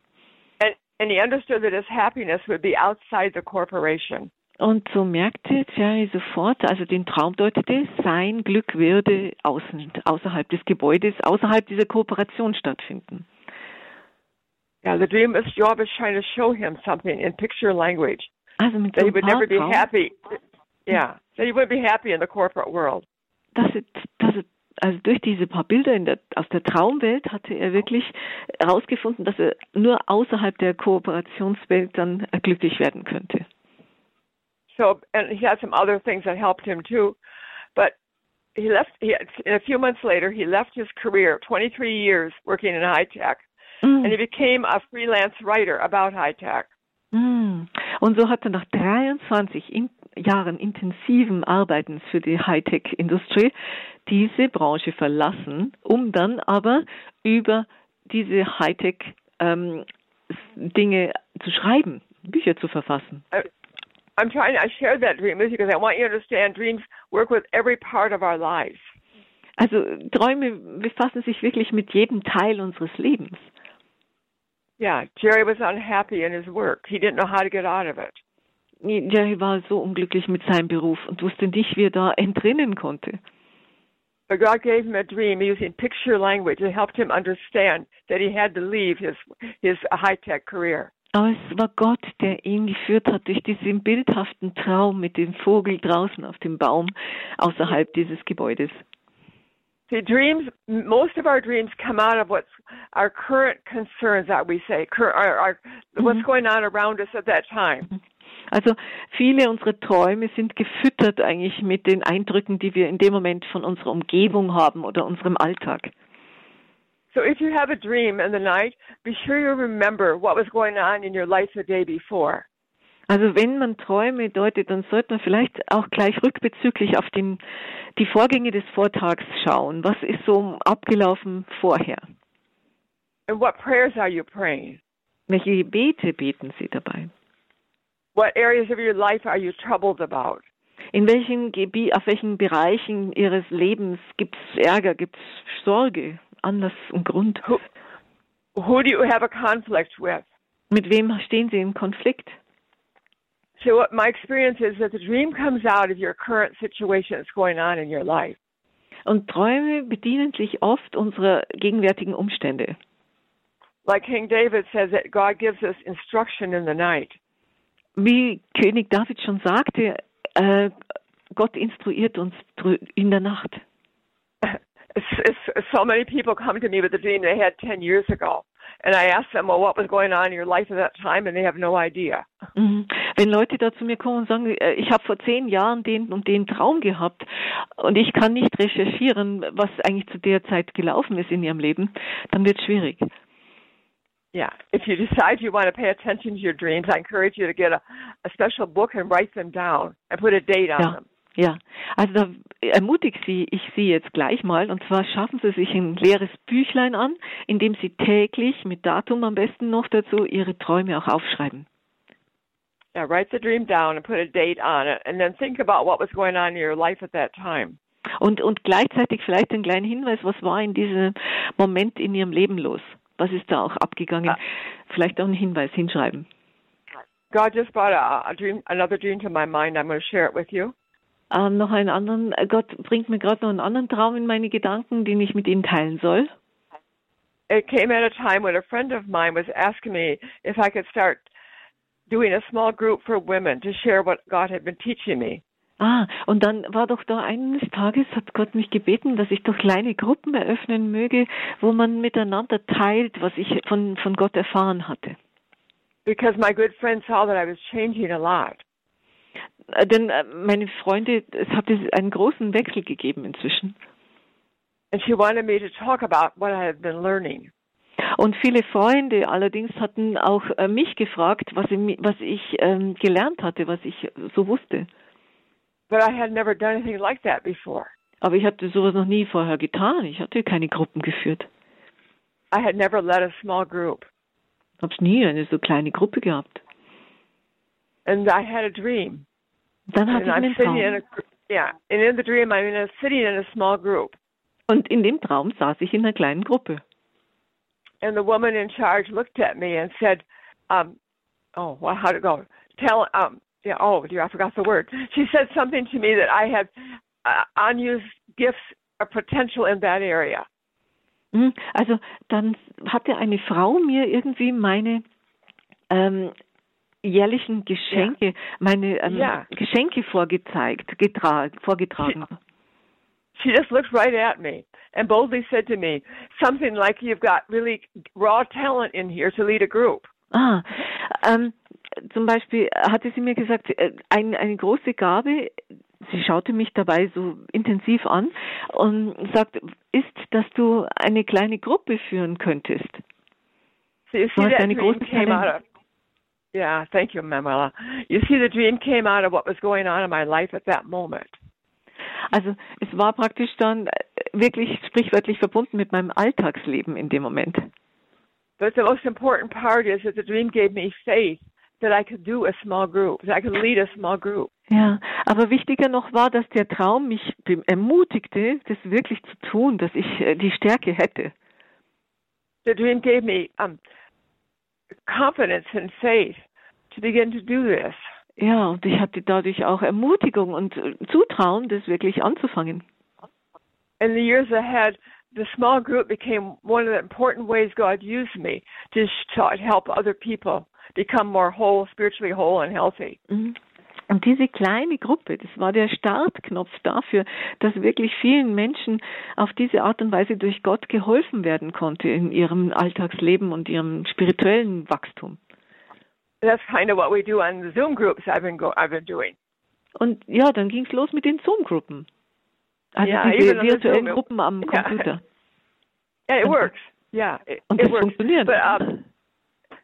[SPEAKER 2] and and he understood that his happiness would be outside the corporation.
[SPEAKER 3] Und so merkte Jerry sofort, also den Traum deutete, sein Glück würde außen, außerhalb des Gebäudes, außerhalb dieser Kooperation stattfinden.
[SPEAKER 2] Yeah, the dreamer's job is trying to show him something in picture language
[SPEAKER 3] Also mit
[SPEAKER 2] that
[SPEAKER 3] so
[SPEAKER 2] he
[SPEAKER 3] einem
[SPEAKER 2] would never be
[SPEAKER 3] Traum,
[SPEAKER 2] happy. Yeah, that he wouldn't be happy in the corporate world.
[SPEAKER 3] dass er, dass er, also durch diese paar Bilder in der, aus der Traumwelt hatte er wirklich herausgefunden, dass er nur außerhalb der Kooperationswelt dann glücklich werden könnte.
[SPEAKER 2] So, and he had some other things that helped him too, but he left. He and a few months later, he left his career, 23 years working in high tech,
[SPEAKER 3] Mhm.
[SPEAKER 2] and he became a freelance writer about high tech.
[SPEAKER 3] Mm. Und so hat er nach 23 in Jahren intensiven Arbeitens für die Hightech-Industrie diese Branche verlassen, um dann aber über diese Hightech-Dinge zu schreiben, Bücher zu verfassen.
[SPEAKER 2] I'm trying. I shared that dream with you because I want you to understand dreams work with every part of our lives.
[SPEAKER 3] Also Träume befassen sich wirklich mit jedem Teil unseres Lebens.
[SPEAKER 2] Yeah, Jerry was unhappy in his work. He didn't know how to get out of it.
[SPEAKER 3] Jerry war so unglücklich mit seinem Beruf und wusste nicht, wie er da entrinnen konnte.
[SPEAKER 2] But God gave him a dream using picture language that helped him understand that he had to leave his his high tech career.
[SPEAKER 3] Aber es war Gott, der ihn geführt hat durch diesen bildhaften Traum mit dem Vogel draußen auf dem Baum außerhalb dieses Gebäudes.
[SPEAKER 2] See, dreams, m- most of our dreams come out of what's our current concerns that we say, cur- our, our, what's going on around us at that time.
[SPEAKER 3] Also viele unserer Träume sind gefüttert eigentlich mit den Eindrücken, die wir in dem Moment von unserer Umgebung haben oder unserem Alltag.
[SPEAKER 2] So if you have a dream in the night, be sure you remember what was going on in your life the day before.
[SPEAKER 3] Also wenn man Träume deutet, dann sollte man vielleicht auch gleich rückbezüglich auf den, die Vorgänge des Vortags schauen. Was ist so abgelaufen vorher?
[SPEAKER 2] And what prayers are you praying?
[SPEAKER 3] Welche Gebete beten Sie dabei?
[SPEAKER 2] What areas of your life are you troubled about?
[SPEAKER 3] In welchen Gebiet, auf welchen Bereichen Ihres Lebens gibt es Ärger, gibt es Sorge, Anlass und Grund?
[SPEAKER 2] Who, who do you have a conflict with?
[SPEAKER 3] Mit wem stehen Sie im Konflikt?
[SPEAKER 2] So what my experience is that the dream comes out of your current situation that's going on in your life.
[SPEAKER 3] Und Träume bedienen sich oft unserer gegenwärtigen Umstände.
[SPEAKER 2] Like King David says that God gives us instruction in the night.
[SPEAKER 3] Wie König David schon sagte, äh, Gott instruiert uns drü- in der Nacht.
[SPEAKER 2] It's- it's- so many people come to me with a dream they had 10 years ago And I asked them, well, what was going on in your life at that time? And they have no idea.
[SPEAKER 3] Mhm. Wenn Leute da zu mir kommen und sagen, äh, ich habe vor zehn Jahren den und den Traum gehabt und ich kann nicht recherchieren, was eigentlich zu der Zeit gelaufen ist in ihrem Leben, dann wird schwierig.
[SPEAKER 2] Yeah. If you decide you want to pay attention to your dreams, I encourage you to get a, a special book and write them down and put a date on
[SPEAKER 3] Ja.
[SPEAKER 2] them.
[SPEAKER 3] Ja, also da ermutige Sie, ich Sie jetzt gleich mal, und zwar schaffen Sie sich ein leeres Büchlein an, in dem Sie täglich mit Datum am besten noch dazu Ihre Träume auch aufschreiben.
[SPEAKER 2] Yeah, write the dream down and put a date on it, and then think about what was going on in your life at that time.
[SPEAKER 3] Und, und gleichzeitig vielleicht einen kleinen Hinweis, was war in diesem Moment in Ihrem Leben los? Was ist da auch abgegangen?
[SPEAKER 2] Ah.
[SPEAKER 3] Vielleicht auch einen Hinweis hinschreiben.
[SPEAKER 2] God just brought a, a dream, another dream to my mind. I'm going to share it with you.
[SPEAKER 3] Ähm, noch einen anderen, äh, Gott bringt mir gerade noch einen anderen Traum in meine Gedanken, den ich mit Ihnen teilen soll.
[SPEAKER 2] It came at a time when a friend of mine was asking me if I could start doing a small group for women to share what God had been teaching me.
[SPEAKER 3] Ah, und dann war doch da eines Tages, hat Gott mich gebeten, dass ich doch kleine Gruppen eröffnen möge, wo man miteinander teilt, was ich von, von Gott erfahren hatte.
[SPEAKER 2] Because my good friend saw that I was changing a lot.
[SPEAKER 3] Äh, Denn äh, meine Freunde, es hat es einen großen Wechsel gegeben inzwischen.
[SPEAKER 2] And she wanted me to talk about what I had been learning.
[SPEAKER 3] Und viele Freunde allerdings hatten auch äh, mich gefragt, was ich, mi- was ich ähm, gelernt hatte, was ich so wusste.
[SPEAKER 2] But I had never done anything like that before.
[SPEAKER 3] Aber ich hatte sowas noch nie vorher getan. Ich hatte keine Gruppen geführt.
[SPEAKER 2] I had never led a small group.
[SPEAKER 3] Hab's nie eine so kleine Gruppe gehabt.
[SPEAKER 2] And I had a dream.
[SPEAKER 3] Dann
[SPEAKER 2] and
[SPEAKER 3] hatte ich
[SPEAKER 2] I'm
[SPEAKER 3] einen
[SPEAKER 2] sitting in
[SPEAKER 3] Traum.
[SPEAKER 2] a gr- yeah, and in the dream I'm in a, sitting in a small group,
[SPEAKER 3] Und in dem Traum saß ich in einer kleinen Gruppe.
[SPEAKER 2] and the woman in charge looked at me and said, um, "Oh, well, how'd it go? Tell um, yeah, oh dear, I forgot the word." She said something to me that I had uh, unused gifts or potential in that area.
[SPEAKER 3] Hm, Also dann hatte eine Frau mir irgendwie meine ähm, jährlichen Geschenke, meine ähm,
[SPEAKER 2] Ja.
[SPEAKER 3] Geschenke vorgezeigt, getra vorgetragen.
[SPEAKER 2] She just looked right at me and boldly said to me something like, "You've got really raw talent in here to lead a group."
[SPEAKER 3] Ah, ähm, zum Beispiel hatte sie mir gesagt, äh, ein, eine große Gabe, sie schaute mich dabei so intensiv an und sagt, ist, dass du eine kleine Gruppe führen könntest.
[SPEAKER 2] So you see
[SPEAKER 3] Du hast
[SPEAKER 2] that
[SPEAKER 3] deine
[SPEAKER 2] dream
[SPEAKER 3] großen
[SPEAKER 2] came out
[SPEAKER 3] Talente.
[SPEAKER 2] of. Yeah, thank you, Mamela. You see, the dream came out of what was going on in my life at that moment.
[SPEAKER 3] Also es war praktisch dann äh, wirklich sprichwörtlich verbunden mit meinem Alltagsleben in dem Moment.
[SPEAKER 2] But the most important part is that the dream gave me faith that I could do a small group, that I could lead a small group.
[SPEAKER 3] Ja, aber wichtiger noch war, dass der Traum mich be- ermutigte, das wirklich zu tun, dass ich äh, die Stärke hätte.
[SPEAKER 2] The dream gave me um, confidence and faith to begin to do this.
[SPEAKER 3] Ja, und ich hatte dadurch auch Ermutigung und äh, Zutrauen, das wirklich anzufangen.
[SPEAKER 2] In the years ahead, the small group became one of the important ways God used me to, sh- to help other people become more whole, spiritually whole and healthy.
[SPEAKER 3] Mhm. Und diese kleine Gruppe, das war der Startknopf dafür, dass wirklich vielen Menschen auf diese Art und Weise durch Gott geholfen werden konnte in ihrem Alltagsleben und ihrem spirituellen Wachstum.
[SPEAKER 2] that's kind of what we do on the Zoom groups I've been go- I've been doing.
[SPEAKER 3] Und ja, dann ging's los mit den Zoom-Gruppen. Also
[SPEAKER 2] Ja, eben
[SPEAKER 3] diese
[SPEAKER 2] an der
[SPEAKER 3] virtuellen
[SPEAKER 2] Zoom.
[SPEAKER 3] Gruppen am
[SPEAKER 2] Ja.
[SPEAKER 3] Computer.
[SPEAKER 2] And it
[SPEAKER 3] Okay.
[SPEAKER 2] works. Yeah, it,
[SPEAKER 3] Und
[SPEAKER 2] it
[SPEAKER 3] das
[SPEAKER 2] works.
[SPEAKER 3] funktioniert.
[SPEAKER 2] But um,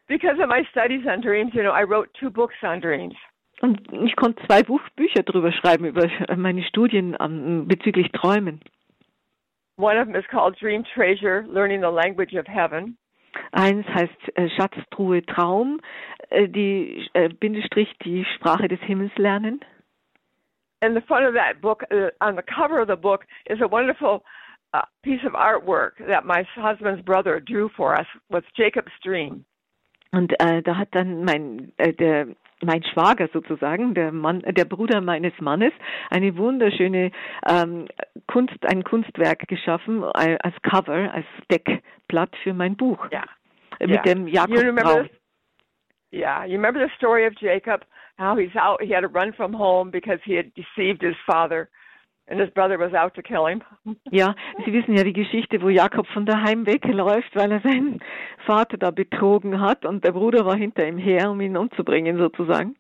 [SPEAKER 2] because of my studies on dreams, you know, I wrote two books on dreams.
[SPEAKER 3] Und ich konnte zwei Buch Bücher drüber schreiben, über meine Studien am, bezüglich Träumen.
[SPEAKER 2] One of them is called Dream Treasure: Learning the Language of Heaven,
[SPEAKER 3] Eins heißt äh, Schatztruhe Traum, äh, die äh, Bindestrich die Sprache des Himmels lernen.
[SPEAKER 2] and the front of that book, uh, on the cover of the book, is a wonderful uh, piece of artwork that my husband's brother drew for us with Jacob's dream.
[SPEAKER 3] Und äh, da hat dann mein äh, der mein Schwager sozusagen, der Mann, äh, der Bruder meines Mannes, eine wunderschöne ähm, Kunst, ein Kunstwerk geschaffen äh, als Cover, als Deckblatt für mein Buch
[SPEAKER 2] Yeah.
[SPEAKER 3] äh,
[SPEAKER 2] Yeah.
[SPEAKER 3] mit dem Jakob
[SPEAKER 2] You remember
[SPEAKER 3] drauf.
[SPEAKER 2] this? Yeah, you remember the story of Jacob, how he's out. He had to run from home because he had deceived his father, And his brother was out to kill him.
[SPEAKER 3] Ja, Sie wissen ja die Geschichte, wo Jakob von daheim wegläuft, weil er seinen Vater da betrogen hat und der Bruder war hinter ihm her, um ihn umzubringen sozusagen.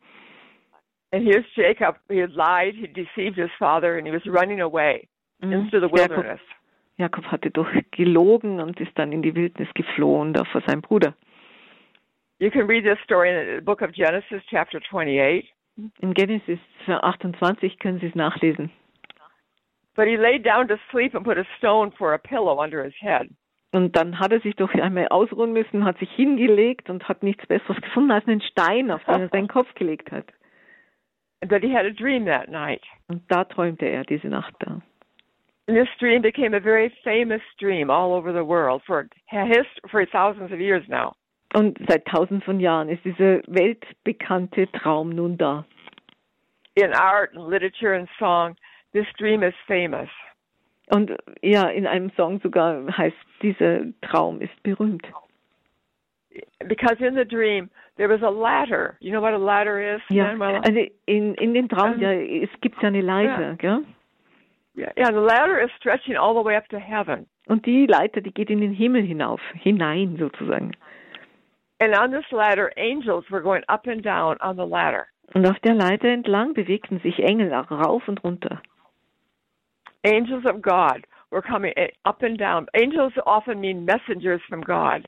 [SPEAKER 2] And here's Jacob. He had lied, he deceived his father, and he was running away
[SPEAKER 3] Mhm.
[SPEAKER 2] into the
[SPEAKER 3] Jakob,
[SPEAKER 2] wilderness.
[SPEAKER 3] Jakob hatte doch gelogen und ist dann in die Wildnis geflohen, da vor seinem Bruder.
[SPEAKER 2] You can read this story in the book of Genesis, chapter 28.
[SPEAKER 3] In Genesis 28 können Sie es nachlesen.
[SPEAKER 2] But he laid down to sleep and put a stone for a pillow under his head.
[SPEAKER 3] Und dann hat er sich doch einmal ausruhen müssen, hat sich hingelegt und hat nichts Besseres gefunden als einen Stein, auf den er seinen Kopf gelegt hat.
[SPEAKER 2] But he had a dream that night.
[SPEAKER 3] Und da träumte er diese Nacht da.
[SPEAKER 2] And this dream became a very famous dream all over the world for his, for thousands of years now.
[SPEAKER 3] Und seit tausend von Jahren ist dieser weltbekannte Traum nun da.
[SPEAKER 2] In art and literature and song, this dream is famous.
[SPEAKER 3] Und ja, in einem Song sogar heißt, dieser Traum ist berühmt.
[SPEAKER 2] Because in the dream, there was a ladder. You know what a ladder is,
[SPEAKER 3] Ja,
[SPEAKER 2] Manuela?
[SPEAKER 3] also in, in dem Traum,
[SPEAKER 2] Ähm,
[SPEAKER 3] ja, es gibt ja eine Leiter, gell?
[SPEAKER 2] Yeah, yeah, the ladder is stretching all the way up to heaven.
[SPEAKER 3] Und die Leiter, die geht in den Himmel hinauf, hinein sozusagen.
[SPEAKER 2] And on this ladder, angels were going up and down on the ladder.
[SPEAKER 3] Und auf der Leiter entlang bewegten sich Engel rauf und runter.
[SPEAKER 2] Angels of God were coming eh, up and down. Angels often mean messengers from God.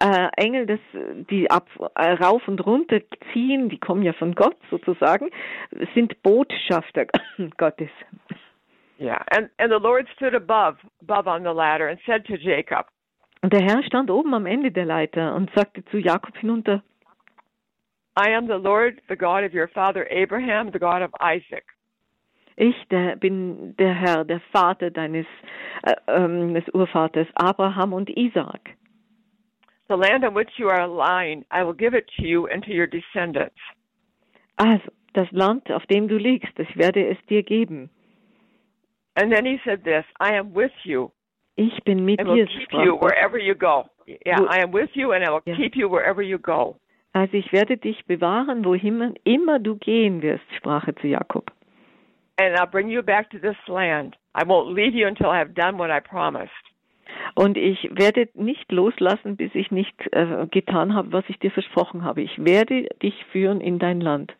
[SPEAKER 3] Äh, Engel, das, äh, die ab, äh, rauf und runter ziehen, die kommen ja von Gott sozusagen, sind Botschafter Gottes.
[SPEAKER 2] Yeah. And and the Lord stood above above on the ladder and said to Jacob,
[SPEAKER 3] Und der Herr stand oben am Ende der Leiter und sagte zu Jakob hinunter,
[SPEAKER 2] I am the Lord, the God of your father Abraham, the God of Isaac.
[SPEAKER 3] ich der, bin der Herr, der Vater deines äh, ähm, des Urvaters Abraham und Isaak.
[SPEAKER 2] The land on which you are lying, I will give it to you and to your descendants.
[SPEAKER 3] Also, das Land, auf dem du liegst, ich werde es dir geben.
[SPEAKER 2] And then he said this, I am with you
[SPEAKER 3] Ich bin mit
[SPEAKER 2] and will
[SPEAKER 3] dir,
[SPEAKER 2] keep
[SPEAKER 3] sprach
[SPEAKER 2] you
[SPEAKER 3] Gott.
[SPEAKER 2] wherever you go. Yeah,
[SPEAKER 3] Wo-
[SPEAKER 2] I am with you and I will
[SPEAKER 3] Yeah.
[SPEAKER 2] keep you wherever you go.
[SPEAKER 3] Also ich werde dich bewahren, wohin immer du gehen wirst, sprach er zu Jakob.
[SPEAKER 2] And I'll bring you back to this land. I won't leave you until I have done what I promised.
[SPEAKER 3] Und ich werde nicht loslassen, bis ich nicht äh, getan habe, was ich dir versprochen habe. Ich werde dich führen in dein Land.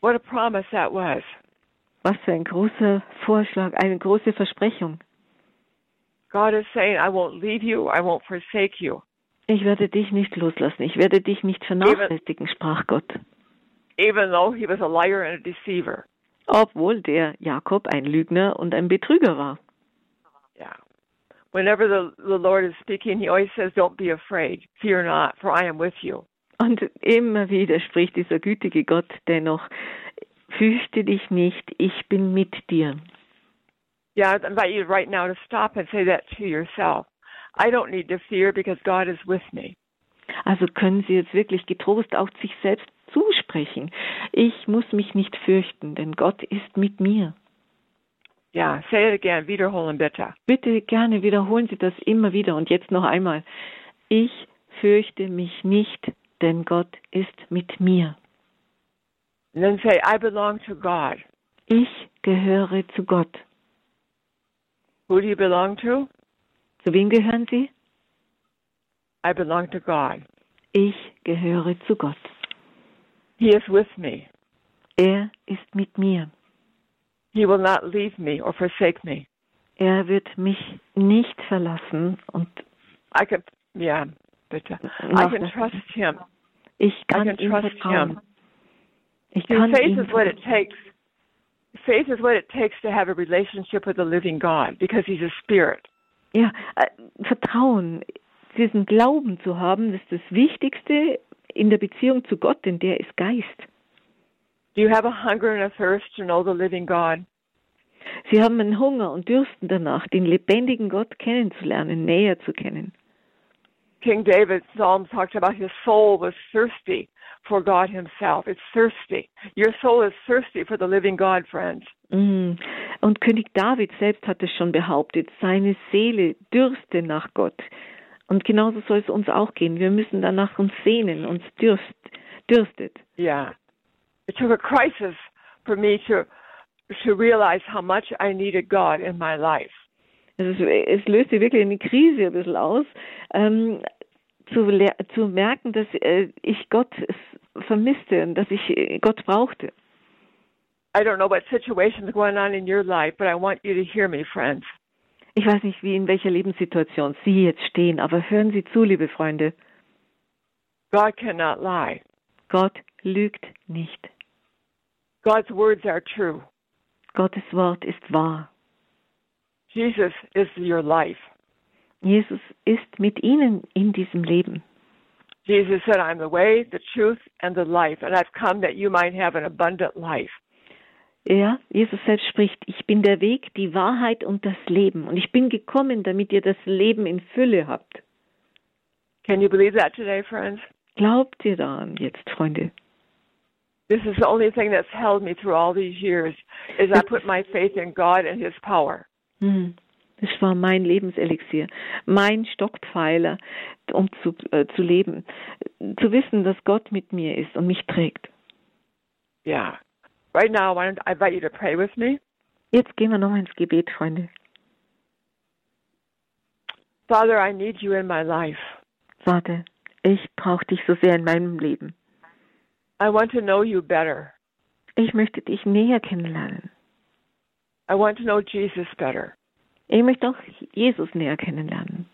[SPEAKER 2] What a promise that was.
[SPEAKER 3] Was für ein großer Vorschlag, eine große Versprechung.
[SPEAKER 2] God is saying, I won't leave you, I won't forsake you.
[SPEAKER 3] Ich werde dich nicht loslassen, ich werde dich nicht vernachlässigen, sprach Gott.
[SPEAKER 2] Even though he was a liar and a deceiver.
[SPEAKER 3] Obwohl der Jakob ein Lügner und ein Betrüger war.
[SPEAKER 2] Yeah. Whenever the, the Lord is speaking, he always says, Don't be afraid. Fear not, for I am with you.
[SPEAKER 3] Und immer wieder spricht dieser gütige Gott dennoch, fürchte dich nicht, ich bin mit dir.
[SPEAKER 2] Yeah, I invite you right now to stop and say that to yourself. I don't need to fear because God is with me.
[SPEAKER 3] Also können Sie jetzt wirklich getrost auch sich selbst zusprechen. Ich muss mich nicht fürchten, denn Gott ist mit mir.
[SPEAKER 2] Yeah, say it again. Wiederholen bitte.
[SPEAKER 3] Bitte gerne wiederholen Sie das immer wieder und jetzt noch einmal. Ich fürchte mich nicht, denn Gott ist mit mir.
[SPEAKER 2] And then say, I belong to God.
[SPEAKER 3] Ich gehöre zu Gott.
[SPEAKER 2] Who do you belong to?
[SPEAKER 3] Zu wem gehören Sie?
[SPEAKER 2] I belong to God.
[SPEAKER 3] Ich gehöre zu Gott.
[SPEAKER 2] He is with me.
[SPEAKER 3] Er ist mit mir.
[SPEAKER 2] He will not leave me or forsake me.
[SPEAKER 3] Er wird mich nicht verlassen und
[SPEAKER 2] I can, yeah, bitte. I can
[SPEAKER 3] nachlassen.
[SPEAKER 2] trust him.
[SPEAKER 3] ich
[SPEAKER 2] I
[SPEAKER 3] kann
[SPEAKER 2] can
[SPEAKER 3] ihm
[SPEAKER 2] trust him.
[SPEAKER 3] vertrauen. Ich
[SPEAKER 2] See,
[SPEAKER 3] kann
[SPEAKER 2] faith
[SPEAKER 3] ihm
[SPEAKER 2] is what
[SPEAKER 3] vertrauen.
[SPEAKER 2] it takes. Faith is what it takes to have a relationship with the living God because he's a spirit.
[SPEAKER 3] Ja, äh, Vertrauen, diesen Glauben zu haben, das ist das Wichtigste in der Beziehung zu Gott, denn der ist Geist.
[SPEAKER 2] Do you have a hunger and a thirst to know the living God?
[SPEAKER 3] Sie haben einen Hunger und dürsten danach, den lebendigen Gott kennenzulernen, näher zu kennen.
[SPEAKER 2] King David Psalm talked about his soul was thirsty for God himself. It's thirsty. Your soul is thirsty for the living God, friends.
[SPEAKER 3] Mm. Und König David selbst hat es schon behauptet, seine Seele dürste nach Gott. Und genauso soll es uns auch gehen. Wir müssen danach uns sehnen, uns dürst, dürstet.
[SPEAKER 2] Yeah. It took a crisis for me to to realize how much I needed God in my life.
[SPEAKER 3] Es, ist, es löst sie wirklich eine Krise ein bisschen aus, ähm, zu, le- zu merken, dass äh, ich Gott s- vermisste und dass ich äh, Gott brauchte.
[SPEAKER 2] I don't know what situation's going on in your life, but I want you to hear me, friends.
[SPEAKER 3] Ich weiß nicht, wie in welcher Lebenssituation Sie jetzt stehen, aber hören Sie zu, liebe Freunde.
[SPEAKER 2] God cannot lie.
[SPEAKER 3] Gott lügt nicht.
[SPEAKER 2] God's words are true.
[SPEAKER 3] Gottes Wort ist wahr.
[SPEAKER 2] Jesus is your life.
[SPEAKER 3] Jesus ist mit Ihnen in diesem Leben.
[SPEAKER 2] Jesus said, I'm the way, the truth, and the life, and I've come that you might have an abundant life.
[SPEAKER 3] Ja, Jesus selbst spricht, ich bin der Weg, die Wahrheit und das Leben. Und ich bin gekommen, damit ihr das Leben in Fülle habt.
[SPEAKER 2] Can you believe that today, friends?
[SPEAKER 3] Glaubt ihr daran jetzt, Freunde?
[SPEAKER 2] This is the only thing that's held me through all these years is I put my faith in God and his power.
[SPEAKER 3] Hm. Das war mein Lebenselixier, mein Stockpfeiler, um zu, äh, zu leben. Zu wissen, dass Gott mit mir ist und mich trägt.
[SPEAKER 2] Yeah. Right now, I, want, I invite you to pray with me.
[SPEAKER 3] Jetzt gehen wir nochmal ins Gebet, Freunde.
[SPEAKER 2] Father, I need you in my life.
[SPEAKER 3] Vater, ich brauche dich so sehr in meinem Leben.
[SPEAKER 2] I want to know you better.
[SPEAKER 3] Ich möchte dich näher kennenlernen.
[SPEAKER 2] I want to know Jesus better.
[SPEAKER 3] Ich möchte auch Jesus näher kennenlernen.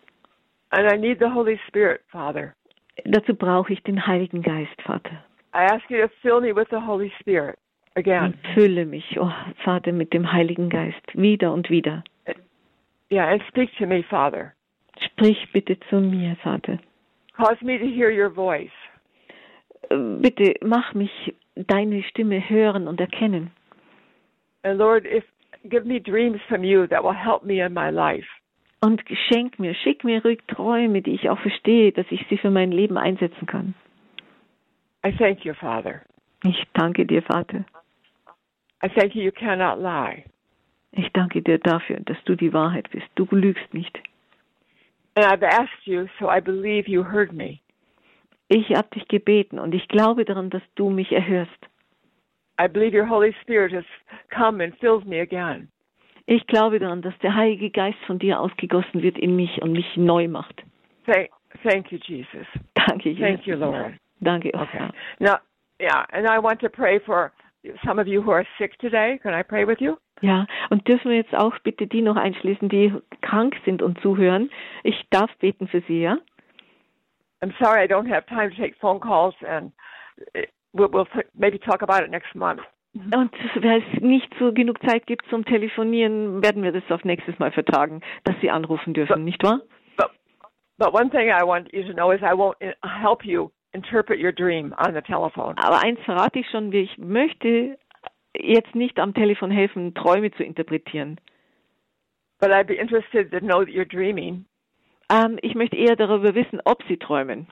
[SPEAKER 2] And I need the Holy Spirit, Father.
[SPEAKER 3] Dazu brauche ich den Heiligen Geist, Vater.
[SPEAKER 2] I ask you to fill me with the Holy Spirit again.
[SPEAKER 3] Und fülle mich, oh Vater, mit dem Heiligen Geist wieder und wieder.
[SPEAKER 2] Yeah, and speak to me, Father.
[SPEAKER 3] Sprich bitte zu mir, Vater.
[SPEAKER 2] Cause me to hear your voice.
[SPEAKER 3] Äh, Bitte mach mich deine Stimme hören und erkennen.
[SPEAKER 2] And Lord, if give me dreams from you that will help me in my life.
[SPEAKER 3] Und schenk mir, schick mir ruhig Träume, die ich auch verstehe, dass ich sie für mein Leben einsetzen kann.
[SPEAKER 2] I thank you, Father.
[SPEAKER 3] Ich danke dir, Vater.
[SPEAKER 2] I thank you you cannot lie.
[SPEAKER 3] Ich danke dir dafür, dass du die Wahrheit bist. Du lügst nicht.
[SPEAKER 2] And I've asked you, so I believe you heard me.
[SPEAKER 3] Ich habe dich gebeten und ich glaube daran, dass du mich erhörst.
[SPEAKER 2] I believe your Holy Spirit has come and fills me again.
[SPEAKER 3] Ich glaube daran, dass der Heilige Geist von dir ausgegossen wird in mich und mich neu macht.
[SPEAKER 2] Thank, thank you, Jesus.
[SPEAKER 3] Danke, Jesus.
[SPEAKER 2] Thank you, Lord.
[SPEAKER 3] Danke, oh
[SPEAKER 2] Okay.
[SPEAKER 3] Herr.
[SPEAKER 2] Now, yeah, and I want to pray for some of you who are sick today. Can I pray with you?
[SPEAKER 3] Ja, und dürfen wir jetzt auch bitte die noch einschließen, die krank sind und zuhören? Ich darf beten für sie, ja?
[SPEAKER 2] I'm sorry I don't have time to take phone calls, and it, we'll, we'll t- maybe talk about it next month.
[SPEAKER 3] Und weil es nicht so genug Zeit gibt zum Telefonieren, werden wir das auf nächstes Mal vertagen, dass sie anrufen dürfen, nicht wahr?
[SPEAKER 2] But but one thing I want you to know is I won't i- help you interpret your dream on the telephone.
[SPEAKER 3] Aber eins verrate ich schon, ich möchte jetzt nicht am Telefon helfen, Träume zu interpretieren.
[SPEAKER 2] But I'd be interested to know that you're dreaming
[SPEAKER 3] Ähm, ich möchte eher darüber wissen, ob sie träumen.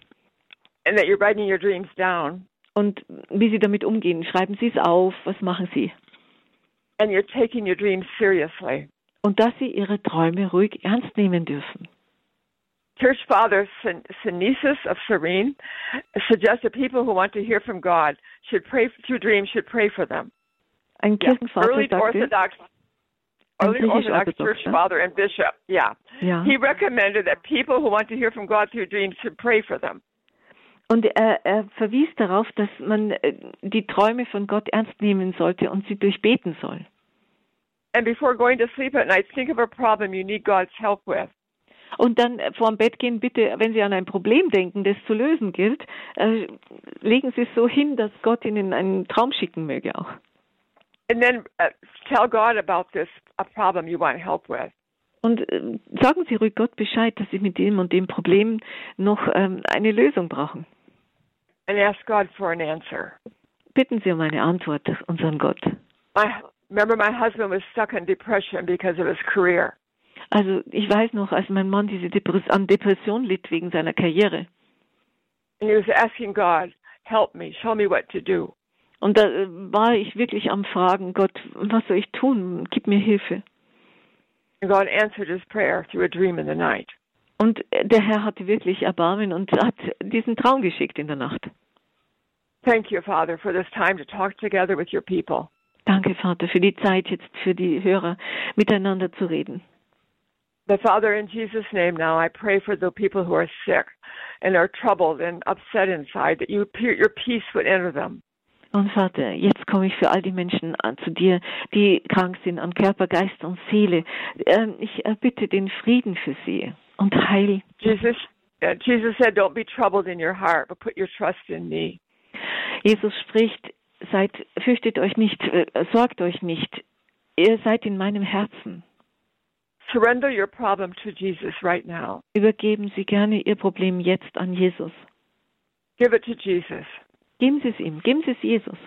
[SPEAKER 2] and that you're writing your dreams down
[SPEAKER 3] und wie sie damit umgehen. Schreiben sie es auf, was machen sie?
[SPEAKER 2] and you're taking your dreams seriously.
[SPEAKER 3] Und dass sie ihre Träume ruhig ernst nehmen dürfen.
[SPEAKER 2] Church Father Sin- Synesis of Serene suggested people who want to hear from God should pray through dreams should pray for them.
[SPEAKER 3] Ein
[SPEAKER 2] Yeah.
[SPEAKER 3] Kirchenvater
[SPEAKER 2] Early
[SPEAKER 3] sagte,
[SPEAKER 2] Orthodox,
[SPEAKER 3] Ein
[SPEAKER 2] early
[SPEAKER 3] griechisch
[SPEAKER 2] Orthodox
[SPEAKER 3] orthodox,
[SPEAKER 2] Church
[SPEAKER 3] ja?
[SPEAKER 2] Father and Bishop. Yeah.
[SPEAKER 3] ja.
[SPEAKER 2] He recommended that people who want to hear from God through dreams should pray for them.
[SPEAKER 3] Und er, er verwies darauf, dass man äh, die Träume von Gott ernst nehmen sollte und sie durchbeten soll.
[SPEAKER 2] And before going to sleep at night, think of a problem you need God's help with.
[SPEAKER 3] Und dann äh, vorm Bett gehen, bitte, wenn Sie an ein Problem denken, das zu lösen gilt, äh, legen Sie es so hin, dass Gott Ihnen einen Traum schicken möge auch.
[SPEAKER 2] And then uh, tell God about this a problem you want help with.
[SPEAKER 3] Und äh, sagen Sie ruhig Gott Bescheid, dass Sie mit dem und dem Problem noch ähm, eine Lösung brauchen.
[SPEAKER 2] and ask God for an answer.
[SPEAKER 3] Bitten Sie um eine Antwort, unseren Gott.
[SPEAKER 2] My remember my husband was stuck in depression because of his career.
[SPEAKER 3] Also ich weiß noch, als mein Mann diese Depres an Depression litt wegen seiner Karriere.
[SPEAKER 2] And he was asking God, help me, show me what to do.
[SPEAKER 3] Und da äh, war ich wirklich am Fragen, Gott, was soll ich tun? Gib mir Hilfe.
[SPEAKER 2] And God answered his prayer through a dream in the night.
[SPEAKER 3] Und äh, der Herr hatte wirklich Erbarmen und hat diesen Traum geschickt in der Nacht.
[SPEAKER 2] Thank you, Father, for this time to talk together with your people.
[SPEAKER 3] Danke, Vater, für die Zeit jetzt für die Hörer miteinander zu reden.
[SPEAKER 2] The Father, in Jesus' name now, I pray for the people who are sick and are troubled and upset inside, that you, your peace would enter them.
[SPEAKER 3] Und Vater, jetzt komme ich für all die Menschen an, zu dir, die krank sind an Körper, Geist und Seele. Ähm, Ich erbitte den Frieden für sie und Heil.
[SPEAKER 2] Jesus, uh, Jesus said, don't be troubled in your heart, but put your trust in me.
[SPEAKER 3] Jesus spricht, seid, fürchtet euch nicht, äh, sorgt euch nicht. Ihr seid in meinem Herzen.
[SPEAKER 2] Surrender your problem to Jesus right now.
[SPEAKER 3] Übergeben Sie gerne Ihr Problem jetzt an Jesus.
[SPEAKER 2] Give it to Jesus.
[SPEAKER 3] Geben Sie es ihm, geben Sie es Jesus.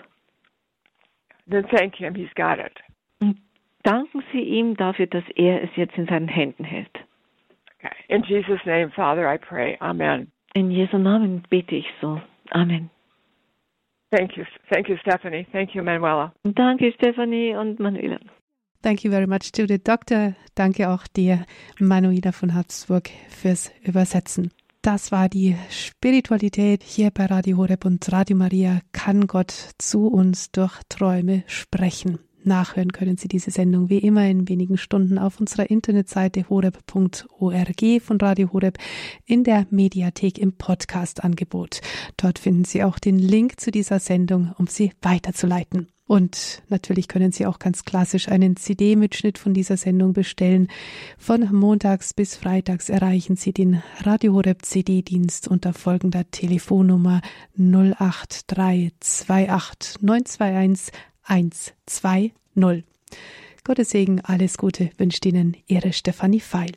[SPEAKER 2] Then thank him. He's got it.
[SPEAKER 3] Und danken Sie ihm dafür, dass er es jetzt in seinen Händen hält.
[SPEAKER 2] Okay. In Jesus' name, Father, I pray. Amen.
[SPEAKER 3] In Jesu Namen bete ich so. Amen.
[SPEAKER 2] Thank you. Thank you, Stephanie. Thank you, Manuela.
[SPEAKER 3] Danke, Stefanie und Manuela.
[SPEAKER 1] Thank you very much to the doctor. Danke auch dir, Manuela von Habsburg, fürs Übersetzen. Das war die Spiritualität hier bei Radio Horeb und Radio Maria. Kann Gott zu uns durch Träume sprechen? Nachhören können Sie diese Sendung wie immer in wenigen Stunden auf unserer Internetseite horeb.org von Radio Horeb in der Mediathek im Podcast-Angebot. Dort finden Sie auch den Link zu dieser Sendung, um sie weiterzuleiten. Und natürlich können Sie auch ganz klassisch einen CD-Mitschnitt von dieser Sendung bestellen. Von montags bis freitags erreichen Sie den Radio Horeb CD-Dienst unter folgender Telefonnummer 08328 921 120. Gottes Segen, alles Gute wünscht Ihnen Ihre Stefanie Feil.